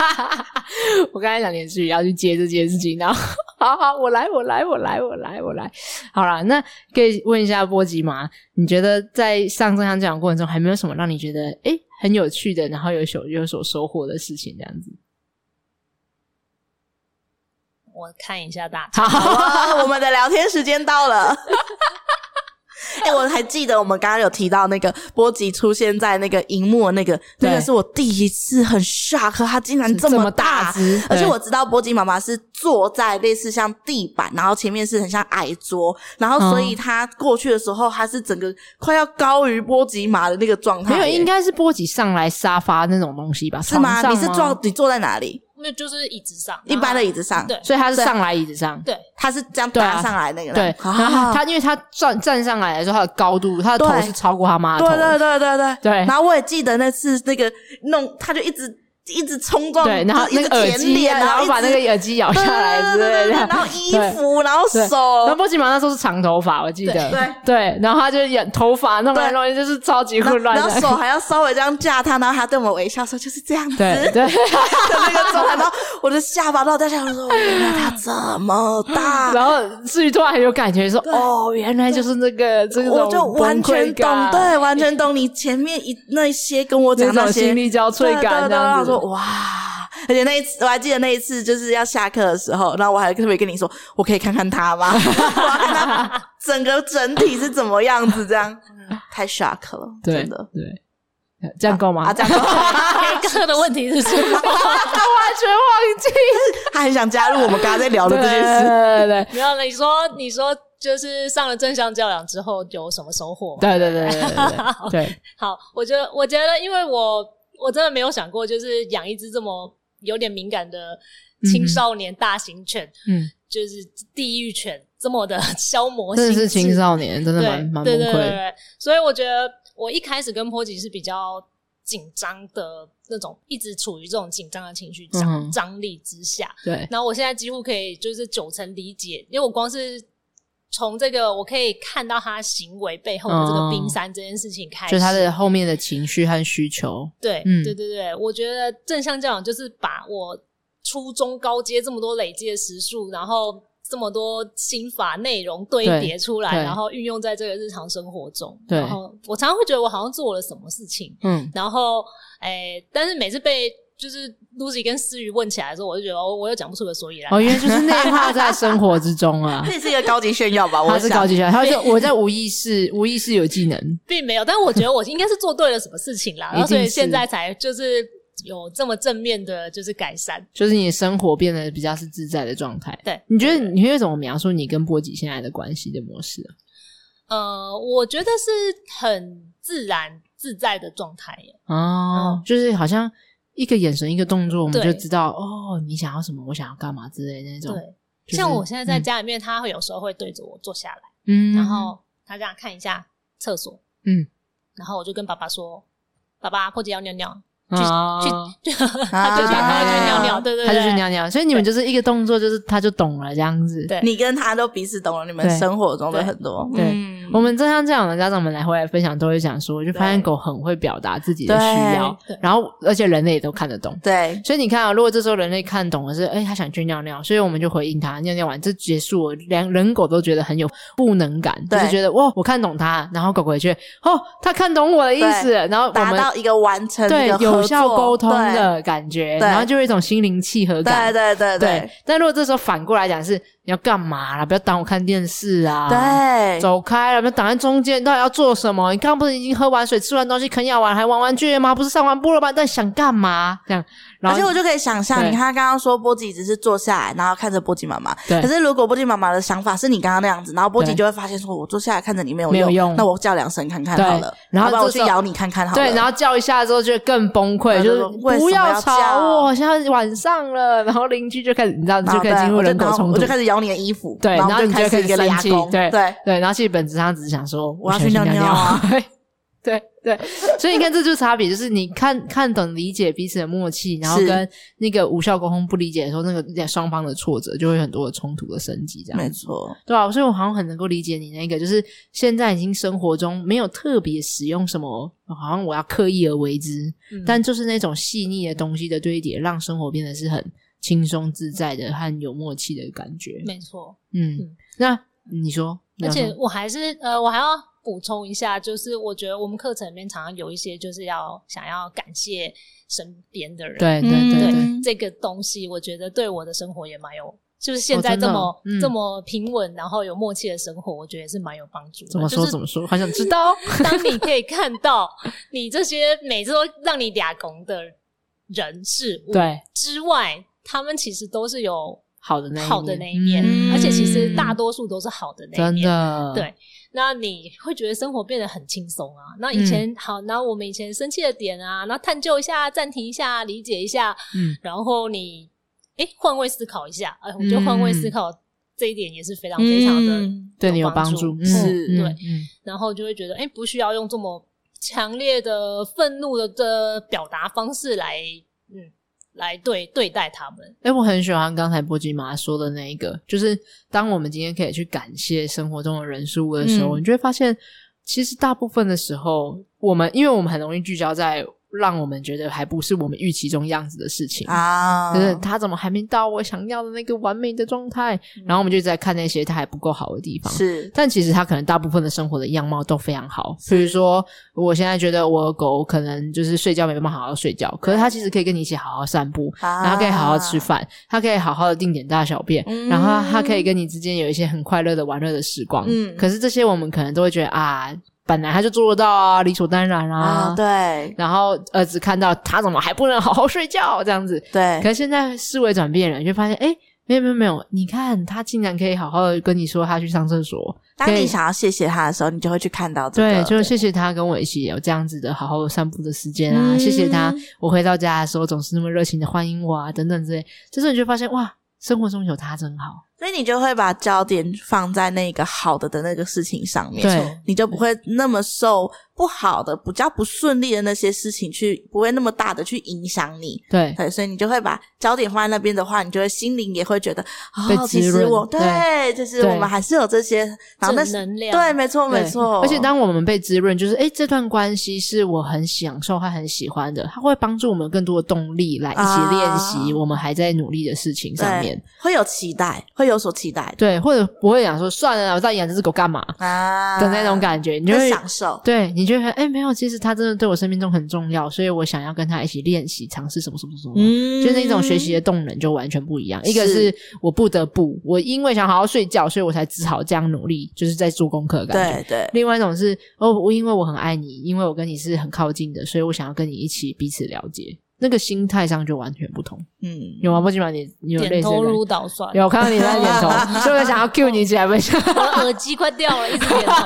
[SPEAKER 1] 我刚才讲连续要去接这件事情，然后好好，我来，我来，我来，我来，我来。好啦，那可以问一下波吉吗？你觉得在上正向讲过程中，还没有什么让你觉得诶很有趣的，然后有所有所收获的事情，这样子？
[SPEAKER 3] 我看一下大 家。
[SPEAKER 1] 好，
[SPEAKER 2] 哇，啊我们的聊天时间 到了。哎、我还记得我们刚刚有提到那个波吉出现在那个荧幕，那个那个
[SPEAKER 1] 对
[SPEAKER 2] 是我第一次很 shock，他竟然这
[SPEAKER 1] 么
[SPEAKER 2] 么
[SPEAKER 1] 大只，
[SPEAKER 2] 而且
[SPEAKER 1] 对
[SPEAKER 2] 我知道波吉妈妈是坐在类似像地板，然后前面是很像矮桌，然后所以他过去的时候，他是整个快要高于波吉马的那个状态
[SPEAKER 1] 没
[SPEAKER 2] 耶。
[SPEAKER 1] 有，应该是波吉上来沙发那种东西吧？
[SPEAKER 2] 是吗？
[SPEAKER 1] 床上哦
[SPEAKER 2] 你是坐你坐在哪里？
[SPEAKER 3] 那就是椅子上
[SPEAKER 2] 一般的椅子上，
[SPEAKER 3] 对
[SPEAKER 1] 所以他是上来椅子上。
[SPEAKER 3] 对，
[SPEAKER 2] 他是这样
[SPEAKER 1] 对啊
[SPEAKER 2] 搭上来那个吗。
[SPEAKER 1] 对，然后他
[SPEAKER 2] 啊
[SPEAKER 1] 他因为他站站上来的时候，他的高度，他的头
[SPEAKER 2] 对
[SPEAKER 1] 是超过他妈的头
[SPEAKER 2] 对
[SPEAKER 1] 的，
[SPEAKER 2] 对对对对
[SPEAKER 1] 对
[SPEAKER 2] 然后我也记得那次那个弄，他就一直一直冲撞，
[SPEAKER 1] 对，然后
[SPEAKER 2] 就
[SPEAKER 1] 那
[SPEAKER 2] 一直
[SPEAKER 1] 个耳
[SPEAKER 2] 舔
[SPEAKER 1] 机，啊
[SPEAKER 2] 脸，
[SPEAKER 1] 然
[SPEAKER 2] 后
[SPEAKER 1] 后
[SPEAKER 2] 一
[SPEAKER 1] 把
[SPEAKER 2] 直
[SPEAKER 1] 那个耳机咬
[SPEAKER 2] 对
[SPEAKER 1] 下来之
[SPEAKER 2] 对对
[SPEAKER 1] 类
[SPEAKER 2] 对对
[SPEAKER 1] 的。
[SPEAKER 2] 对然后衣服，然后
[SPEAKER 1] 对然后
[SPEAKER 2] 手，
[SPEAKER 1] 波吉玛那时候是长头发，我记得。
[SPEAKER 2] 对
[SPEAKER 1] 对，然后他就染头发弄来
[SPEAKER 2] 对
[SPEAKER 1] 弄去，就是超级混乱
[SPEAKER 2] 然后 手
[SPEAKER 1] 的。
[SPEAKER 2] 还要稍微这样架他，然后他对我们微笑说就是这样子
[SPEAKER 1] 对
[SPEAKER 2] 的
[SPEAKER 1] 对，
[SPEAKER 2] 那个状态，然后我的下巴落在下，我说原来他这么大，
[SPEAKER 1] 然后至于突然很有感觉说，哦，原来就是那个这种
[SPEAKER 2] 我就完全
[SPEAKER 1] 崩溃
[SPEAKER 2] 懂，
[SPEAKER 1] 感
[SPEAKER 2] 对，完全懂你前面一那些跟我讲
[SPEAKER 1] 那
[SPEAKER 2] 那
[SPEAKER 1] 种
[SPEAKER 2] 些
[SPEAKER 1] 心力交瘁
[SPEAKER 2] 对对
[SPEAKER 1] 感这
[SPEAKER 2] 对然
[SPEAKER 1] 样
[SPEAKER 2] 后
[SPEAKER 1] 子
[SPEAKER 2] 说。哇，而且那一次我还记得那一次就是要下课的时候，然后我还特别跟你说，我可以看看他吗？我要看他整个整体是怎么样子，这样太 shock 了，
[SPEAKER 1] 对
[SPEAKER 2] 真的。
[SPEAKER 1] 对，这样够吗？
[SPEAKER 2] 啊，这样够
[SPEAKER 3] 黑客的问题是不是？
[SPEAKER 1] 完
[SPEAKER 2] 他很想加入我们刚才在聊的
[SPEAKER 1] 全忘记
[SPEAKER 2] 这
[SPEAKER 1] 对
[SPEAKER 2] 件事。
[SPEAKER 1] 对对
[SPEAKER 3] 没有，你说你说就是上了正向教养之后有什么收获吗？
[SPEAKER 1] 对对对对 对对对，
[SPEAKER 3] 好，我觉得我觉得，因为我我真的没有想过，就是养一只这么有点敏感的
[SPEAKER 2] 嗯
[SPEAKER 3] 青少年大型犬，
[SPEAKER 1] 嗯，
[SPEAKER 3] 就是地狱犬，这么的 消磨
[SPEAKER 1] 真
[SPEAKER 3] 心
[SPEAKER 1] 的
[SPEAKER 3] 智，
[SPEAKER 1] 是青少年，真的
[SPEAKER 3] 对
[SPEAKER 1] 蛮蛮崩
[SPEAKER 3] 对对对
[SPEAKER 1] 溃
[SPEAKER 3] 对
[SPEAKER 1] 的。
[SPEAKER 3] 对，所以我觉得我一开始跟波吉是比较紧张的那种，一直处于这种紧张的情绪
[SPEAKER 1] 嗯
[SPEAKER 3] 张、
[SPEAKER 1] 哼
[SPEAKER 3] 张力之下，
[SPEAKER 1] 对，
[SPEAKER 3] 然后我现在几乎可以就是九成理解，因为我光是从这个我可以看到他行为背后的这个
[SPEAKER 1] 哦
[SPEAKER 3] 冰山这件事情开始，
[SPEAKER 1] 就他的后面的情绪和需求，
[SPEAKER 3] 对，
[SPEAKER 1] 嗯
[SPEAKER 3] 对对对，我觉得正向教养就是把我初中高阶这么多累积的时数，然后这么多心法内容堆叠出来，
[SPEAKER 1] 对对
[SPEAKER 3] 然后运用在这个日常生活中。
[SPEAKER 1] 对
[SPEAKER 3] 然后我常常会觉得我好像做了什么事情，
[SPEAKER 1] 嗯，
[SPEAKER 3] 然后诶、但是每次被就是 Lucy 跟思雨问起来的时候，我就觉得哦，我又讲不出个所以然。
[SPEAKER 1] 哦，原来就是内化在生活之中啊
[SPEAKER 2] 这。也是一个高级炫耀吧？
[SPEAKER 1] 他
[SPEAKER 2] 我
[SPEAKER 1] 是
[SPEAKER 2] 想
[SPEAKER 1] 高级学，他说我在无意识，无意识有技能，
[SPEAKER 3] 并没有，但我觉得我应该是做对了什么事情 啦，然后所
[SPEAKER 1] 哦一
[SPEAKER 3] 以
[SPEAKER 1] 定是
[SPEAKER 3] 现在才就是有这么正面的，就是改善。
[SPEAKER 1] 就是你的生活变得比较是自在的状态。
[SPEAKER 3] 对
[SPEAKER 1] 你觉得你会怎么描述你跟波吉现在的关系的模式啊？
[SPEAKER 3] 呃，我觉得是很自然自在的状态耶。
[SPEAKER 1] 哦，就是好像一个眼神、一个动作，我们
[SPEAKER 3] 嗯对
[SPEAKER 1] 就知道哦，你想要什么，我想要干嘛之类的那种。
[SPEAKER 3] 对，
[SPEAKER 1] 就是
[SPEAKER 3] 像我现在在家里面，他会有时候会对着我坐下来，
[SPEAKER 1] 嗯，
[SPEAKER 3] 然后他这样看一下厕所，
[SPEAKER 1] 嗯，
[SPEAKER 3] 然后我就跟爸爸说：“爸爸，破姐要尿 尿。去
[SPEAKER 1] 啊
[SPEAKER 3] 就”他就
[SPEAKER 1] 啊
[SPEAKER 3] 去，他就去尿尿，对对对，
[SPEAKER 1] 他就去尿尿，所以你们就是一个动作，就是他就懂了这样子。
[SPEAKER 3] 对
[SPEAKER 2] 你跟他都彼此懂了，你们
[SPEAKER 1] 对
[SPEAKER 2] 生活中的很多。
[SPEAKER 1] 对
[SPEAKER 2] 嗯
[SPEAKER 1] 我们正像这样的家长们来回来分享，都会讲说，就发现
[SPEAKER 2] 对
[SPEAKER 1] 狗很会表达自己的
[SPEAKER 2] 对
[SPEAKER 1] 需要
[SPEAKER 3] 对，
[SPEAKER 1] 然后而且人类也都看得懂。
[SPEAKER 2] 对
[SPEAKER 1] 所以你看啊，如果这时候人类看懂的是，哎、他想去尿尿，所以我们就回应他，尿尿完就结束了，两人狗都觉得很有不能感，就
[SPEAKER 2] 对
[SPEAKER 1] 是觉得哦哇，我看懂他，然后狗狗也觉得哦，他看懂我的意思，然后我
[SPEAKER 2] 达
[SPEAKER 1] 们
[SPEAKER 2] 到一个完成
[SPEAKER 1] 对
[SPEAKER 2] 一个合作
[SPEAKER 1] 有效沟通的感觉，
[SPEAKER 2] 对
[SPEAKER 1] 然后就有一种心灵契合
[SPEAKER 2] 对
[SPEAKER 1] 感。
[SPEAKER 2] 对对对
[SPEAKER 1] 对
[SPEAKER 2] 对
[SPEAKER 1] 但如果这时候反过来讲是，你要干嘛啦？不要挡我看电视啊！。
[SPEAKER 2] 对
[SPEAKER 1] 走开了！不要挡在中间，你到底要做什么？你刚刚不是已经喝完水、吃完东西、啃咬完还玩玩具了吗？不是上完步了吗？但想干嘛？这样，然
[SPEAKER 2] 而
[SPEAKER 1] 后
[SPEAKER 2] 且我就可以想象，
[SPEAKER 1] 对
[SPEAKER 2] 你看他刚刚说波吉只是坐下来，然后看着波吉妈妈。
[SPEAKER 1] 对
[SPEAKER 2] 可是如果波吉妈妈的想法是你刚刚那样子，然后波吉
[SPEAKER 1] 对
[SPEAKER 2] 就会发现说，我坐下来看着你没有
[SPEAKER 1] 没有用
[SPEAKER 2] 那我叫两声看看
[SPEAKER 1] 对
[SPEAKER 2] 好了，
[SPEAKER 1] 然后
[SPEAKER 2] 要不然我
[SPEAKER 1] 这
[SPEAKER 2] 去
[SPEAKER 1] 时候
[SPEAKER 2] 咬你看看好了。
[SPEAKER 1] 对，然后叫一下之后就更崩溃，
[SPEAKER 2] 对
[SPEAKER 1] 就
[SPEAKER 2] 就是说为什
[SPEAKER 1] 不
[SPEAKER 2] 么要
[SPEAKER 1] 吵
[SPEAKER 2] 叫
[SPEAKER 1] 我，现在晚上了。然后邻居就开始，你知道，你
[SPEAKER 2] 然
[SPEAKER 1] 就
[SPEAKER 2] 后
[SPEAKER 1] 可
[SPEAKER 2] 对
[SPEAKER 1] 以进入
[SPEAKER 2] 我就
[SPEAKER 1] 人口
[SPEAKER 2] 然后
[SPEAKER 1] 冲
[SPEAKER 2] 啊我
[SPEAKER 1] 突
[SPEAKER 2] 就，开始咬你的衣服，
[SPEAKER 1] 对，
[SPEAKER 2] 然
[SPEAKER 1] 后
[SPEAKER 2] 我
[SPEAKER 1] 你就
[SPEAKER 2] 开
[SPEAKER 1] 开
[SPEAKER 2] 一
[SPEAKER 1] 始
[SPEAKER 2] 个
[SPEAKER 1] 生
[SPEAKER 2] 牙
[SPEAKER 1] 气
[SPEAKER 2] 弓，，
[SPEAKER 1] 对
[SPEAKER 2] 对
[SPEAKER 1] 对。然后其实本质上只是想说，
[SPEAKER 2] 我要
[SPEAKER 1] 想
[SPEAKER 2] 去
[SPEAKER 1] 去
[SPEAKER 2] 尿
[SPEAKER 1] 尿
[SPEAKER 2] 尿啊。
[SPEAKER 1] 对对，所以你看，这就是差别，就是你看看懂理解彼此的默契，然后
[SPEAKER 2] 是
[SPEAKER 1] 跟那个无效沟通不理解的时候，那个双方的挫折就会有很多的冲突的升级，这样
[SPEAKER 2] 没
[SPEAKER 1] 子
[SPEAKER 2] 错，
[SPEAKER 1] 对啊，所以我好像很能够理解你那个，就是现在已经生活中没有特别使用什么，哦好像我要刻意而为之，
[SPEAKER 3] 嗯
[SPEAKER 1] 但就是那种细腻的东西的堆叠，让生活变得是很轻松自在的和有默契的感觉。
[SPEAKER 3] 没错，
[SPEAKER 1] 嗯，
[SPEAKER 3] 嗯
[SPEAKER 1] 那你说，你
[SPEAKER 3] 而
[SPEAKER 1] 要
[SPEAKER 3] 且
[SPEAKER 1] 说
[SPEAKER 3] 我还是呃，我还要补充一下，就是我觉得我们课程里面常常有一些就是要想要感谢身边的人，
[SPEAKER 1] 对对对对，
[SPEAKER 2] 嗯
[SPEAKER 3] 这个东西，我觉得对我的生活也蛮有，就是现在
[SPEAKER 1] 真的
[SPEAKER 3] 这么、
[SPEAKER 1] 哦嗯
[SPEAKER 3] 这么平稳，然后有默契的生活，我觉得也是蛮有帮助的。
[SPEAKER 1] 怎么说怎
[SPEAKER 3] 就是
[SPEAKER 1] 么说，好想知道哦。
[SPEAKER 3] 当你可以看到你这些每次都让你俩拱的人事 物
[SPEAKER 1] 对，
[SPEAKER 3] 之外，他们其实都是有
[SPEAKER 1] 好的那一
[SPEAKER 3] 好的那一面，
[SPEAKER 2] 嗯
[SPEAKER 3] 而且其实大多数都是好的那一
[SPEAKER 1] 真
[SPEAKER 3] 面。
[SPEAKER 1] 的
[SPEAKER 3] 对，那你会觉得生活变得很轻松啊。那
[SPEAKER 1] 嗯
[SPEAKER 3] 以前、好，那我们以前生气的点啊，那探究一下，暂停一下，理解一下，
[SPEAKER 1] 嗯，
[SPEAKER 3] 然后你哎换位思考一下，哎，我觉得换位
[SPEAKER 1] 嗯
[SPEAKER 3] 思考这一点也是非常
[SPEAKER 2] 嗯
[SPEAKER 3] 非常的，
[SPEAKER 1] 对你有
[SPEAKER 3] 帮
[SPEAKER 1] 帮
[SPEAKER 3] 助
[SPEAKER 1] 助，嗯
[SPEAKER 2] 是
[SPEAKER 1] 嗯
[SPEAKER 3] 对
[SPEAKER 1] 嗯
[SPEAKER 3] 然后就会觉得哎，诶不需要用这么强烈的愤怒的的表达方式来，嗯，来对对待他们。
[SPEAKER 1] 哎、我很喜欢刚才波吉妈说的那一个，就是当我们今天可以去感谢生活中的人事物的时候，
[SPEAKER 2] 嗯
[SPEAKER 1] 你就会发现，其实大部分的时候，我们因为我们很容易聚焦在让我们觉得还不是我们预期中样子的事情。
[SPEAKER 2] 啊，
[SPEAKER 1] 就是他怎么还没到我想要的那个完美的状态？然后我们就一直在看那些他还不够好的地方。
[SPEAKER 2] 嗯是
[SPEAKER 1] 但其实他可能大部分的生活的样貌都非常好，比如说，我现在觉得我的狗可能就是睡觉没办法好好睡觉，可是它其实可以跟你一起好好散步，
[SPEAKER 2] 啊
[SPEAKER 1] 然后可以好好吃饭，它可以好好的定点大小便，
[SPEAKER 2] 嗯
[SPEAKER 1] 然后它可以跟你之间有一些很快乐的玩乐的时光。
[SPEAKER 2] 嗯
[SPEAKER 1] 可是这些我们可能都会觉得啊，本来他就做得到啊，理所当然啊。
[SPEAKER 2] 啊，对
[SPEAKER 1] 然后儿子看到他怎么还不能好好睡觉这样子，
[SPEAKER 2] 对
[SPEAKER 1] 可，是现在思维转变了，你就发现哎。诶没有没有没有，你看他竟然可以好好的跟你说他去上厕所，
[SPEAKER 2] 当
[SPEAKER 1] 可
[SPEAKER 2] 你
[SPEAKER 1] 以
[SPEAKER 2] 想要谢谢他的时候，你就会去看到这
[SPEAKER 1] 对，
[SPEAKER 2] 个，
[SPEAKER 1] 就谢谢他跟我一起有这样子的好好散步的时间啊，
[SPEAKER 2] 嗯
[SPEAKER 1] 谢谢他，我回到家的时候总是那么热情的欢迎我啊，等等之类，这时候你就发现哇，生活中有他真好，
[SPEAKER 2] 所以你就会把焦点放在那个好的的那个事情上面，
[SPEAKER 1] 对
[SPEAKER 2] 你就不会那么受不好的、比较不顺利的那些事情去，不会那么大的去影响你。
[SPEAKER 1] 对
[SPEAKER 2] 对，所以你就会把焦点放在那边的话，你就会心灵也会觉得，
[SPEAKER 1] 被
[SPEAKER 2] 哦，
[SPEAKER 1] 滋
[SPEAKER 2] 其实
[SPEAKER 1] 润
[SPEAKER 2] 我
[SPEAKER 1] 对
[SPEAKER 2] 对，就是
[SPEAKER 1] 对
[SPEAKER 2] 我们还是有这些，然后那
[SPEAKER 3] 正能量
[SPEAKER 2] 对，没错，
[SPEAKER 1] 对
[SPEAKER 2] 没错。
[SPEAKER 1] 而且当我们被滋润，就是诶，这段关系是我很享受和很喜欢的，它会帮助我们更多的动力来一
[SPEAKER 2] 啊
[SPEAKER 1] 起练习我们还在努力的事情上面
[SPEAKER 2] 对。会有期待，会有所期待
[SPEAKER 1] 对，或者不会想说算了啦，我到底养这只狗干嘛
[SPEAKER 2] 啊
[SPEAKER 1] 的那种感觉，你就
[SPEAKER 2] 很
[SPEAKER 1] 会
[SPEAKER 2] 享受。
[SPEAKER 1] 对，你就会哎、诶没有，其实它真的对我生命中很重要，所以我想要跟它一起练习，尝试什么什么什么。
[SPEAKER 2] 嗯
[SPEAKER 1] 就是那种学习的动能就完全不一样，一个
[SPEAKER 2] 是
[SPEAKER 1] 是我不得不，我因为想好好睡觉，所以我才只好这样努力，就是在做功课的感觉。
[SPEAKER 2] 对对
[SPEAKER 1] 另外一种是哦，我因为我很爱你，因为我跟你是很靠近的，所以我想要跟你一起彼此了解，那个心态上就完全不同。
[SPEAKER 2] 嗯，
[SPEAKER 1] 有吗？不基本上你你有类
[SPEAKER 3] 点
[SPEAKER 1] 似的
[SPEAKER 3] 头
[SPEAKER 1] 感觉
[SPEAKER 3] 如捣蒜，
[SPEAKER 1] 有，我看到你在 点头，所以我想要 cue 你起来分享。
[SPEAKER 3] 我的耳机快掉了，一直点头。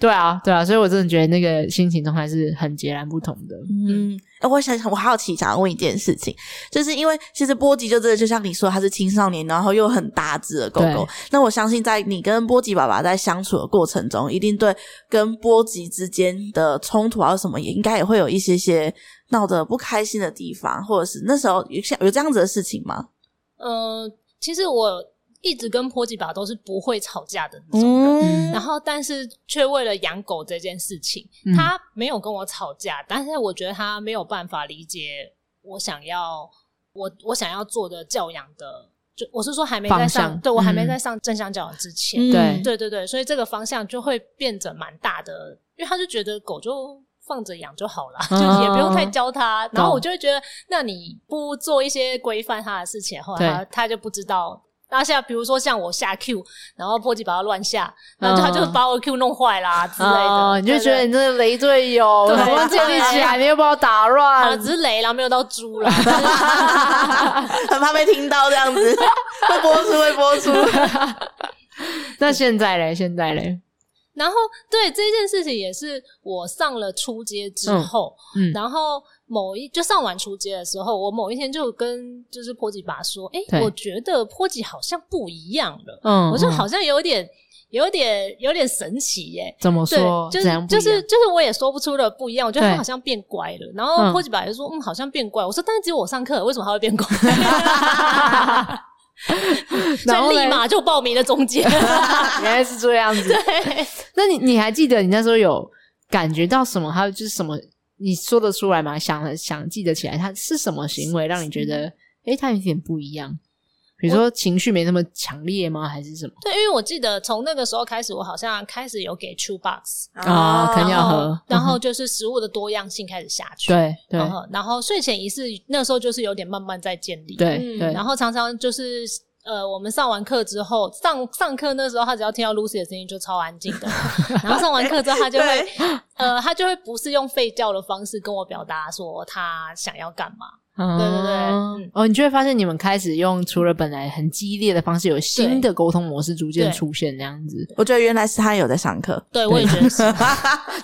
[SPEAKER 1] 对啊，对啊，所以我真的觉得那个心情状态是很截然不同的。
[SPEAKER 2] 嗯，哎我想想，我好奇，想要问一件事情，就是因为其实波吉就真的就像你说，它是青少年，然后又很大只的狗狗
[SPEAKER 1] 对。
[SPEAKER 2] 那我相信，在你跟波吉爸爸在相处的过程中，一定对跟波吉之间的冲突啊什么，也应该也会有一些些闹得不开心的地方，或者是那时候有像有这样子的事情吗？
[SPEAKER 3] 嗯，其实我一直跟波吉爸都是不会吵架的那种人。
[SPEAKER 2] 嗯
[SPEAKER 3] 然后，但是却为了养狗这件事情，
[SPEAKER 1] 嗯
[SPEAKER 3] 他没有跟我吵架，但是我觉得他没有办法理解我想要我我想要做的教养的，就我是说还没在
[SPEAKER 1] 方
[SPEAKER 3] 上，
[SPEAKER 1] 向
[SPEAKER 3] 对我还没
[SPEAKER 1] 嗯
[SPEAKER 3] 在上正向教养之前，
[SPEAKER 1] 对
[SPEAKER 3] 嗯对对对，所以这个方向就会变得蛮大的，因为他就觉得狗就放着养就好了，
[SPEAKER 1] 嗯
[SPEAKER 3] 就也不用太教它。然后
[SPEAKER 1] 懂
[SPEAKER 3] 我就会觉得，那你不做一些规范它的事情，后
[SPEAKER 1] 对
[SPEAKER 3] 来它它就不知道。然后像比如说像我下 Q，然后波吉把它乱下，然后就它就
[SPEAKER 1] 嗯
[SPEAKER 3] 把我 Q 弄坏啦之类的，
[SPEAKER 1] 哦，你就
[SPEAKER 3] 对
[SPEAKER 1] 觉得
[SPEAKER 3] 对
[SPEAKER 1] 你真的累赘有，
[SPEAKER 3] 对
[SPEAKER 1] 我好不容易建立起来，你又把我打
[SPEAKER 3] 好了，
[SPEAKER 1] 乱
[SPEAKER 3] 啊只。是雷啦，没有到猪啦。但是
[SPEAKER 2] 很怕被听到这样子，会播出会播出。
[SPEAKER 1] 那现在嘞，现在嘞，
[SPEAKER 3] 然后对这件事情也是我上了初阶之
[SPEAKER 1] 嗯
[SPEAKER 3] 后，
[SPEAKER 1] 嗯，
[SPEAKER 3] 然后某一就上完初阶的时候，我某一天就跟就是波吉爸说，哎、
[SPEAKER 1] 对
[SPEAKER 3] 我觉得波吉好像不一样了，
[SPEAKER 1] 嗯，
[SPEAKER 3] 我就
[SPEAKER 1] 嗯
[SPEAKER 3] 好像有点有点有点神奇耶、
[SPEAKER 1] 怎么
[SPEAKER 3] 对
[SPEAKER 1] 说，，
[SPEAKER 3] 就
[SPEAKER 1] 怎样不
[SPEAKER 3] 是
[SPEAKER 1] 一
[SPEAKER 3] 就
[SPEAKER 1] 样
[SPEAKER 3] 是就是，我也说不出了不一样。我觉得他
[SPEAKER 1] 对
[SPEAKER 3] 好像变乖了。然后
[SPEAKER 1] 嗯
[SPEAKER 3] 波吉爸就说：“嗯，好像变乖。”我说：“但是只有我上课，为什么他会变乖？”
[SPEAKER 1] 然后
[SPEAKER 3] 所以
[SPEAKER 1] 嘞
[SPEAKER 3] 立马就报名了中介。
[SPEAKER 1] 原来是这样子。那你你还记得你那时候有感觉到什么？还有就是什么？你说得出来吗？想得想记得起来，他是什么行为让你觉
[SPEAKER 3] 嗯
[SPEAKER 1] 得，诶，他有点不一样？比如说情绪没那么强烈吗？还是什么？
[SPEAKER 3] 对，因为我记得从那个时候开始，我好像开始有给 True Box，
[SPEAKER 1] 啊肯定要
[SPEAKER 3] 然后
[SPEAKER 1] 喝
[SPEAKER 3] 然后就是食物的多样性开始下去。
[SPEAKER 1] 对对
[SPEAKER 3] 嗯哼然后睡前仪式那时候就是有点慢慢在建立。，
[SPEAKER 1] 对对
[SPEAKER 3] 然后常常就是。呃，我们上完课之后，上上课那时候，他只要听到 Lucy 的声音就超安静的。 然后上完课之后，他就会
[SPEAKER 2] 对，
[SPEAKER 3] 呃，他就会不是用吠叫的方式跟我表达说他想要干嘛。
[SPEAKER 1] 对
[SPEAKER 3] 对对嗯
[SPEAKER 1] 哦，你就会发现你们开始用除了本来很激烈的方式，有新的沟通模式逐渐
[SPEAKER 3] 对
[SPEAKER 1] 出现，那样 子
[SPEAKER 2] 我觉得原来是他有在上课，
[SPEAKER 3] 对，我也觉得是。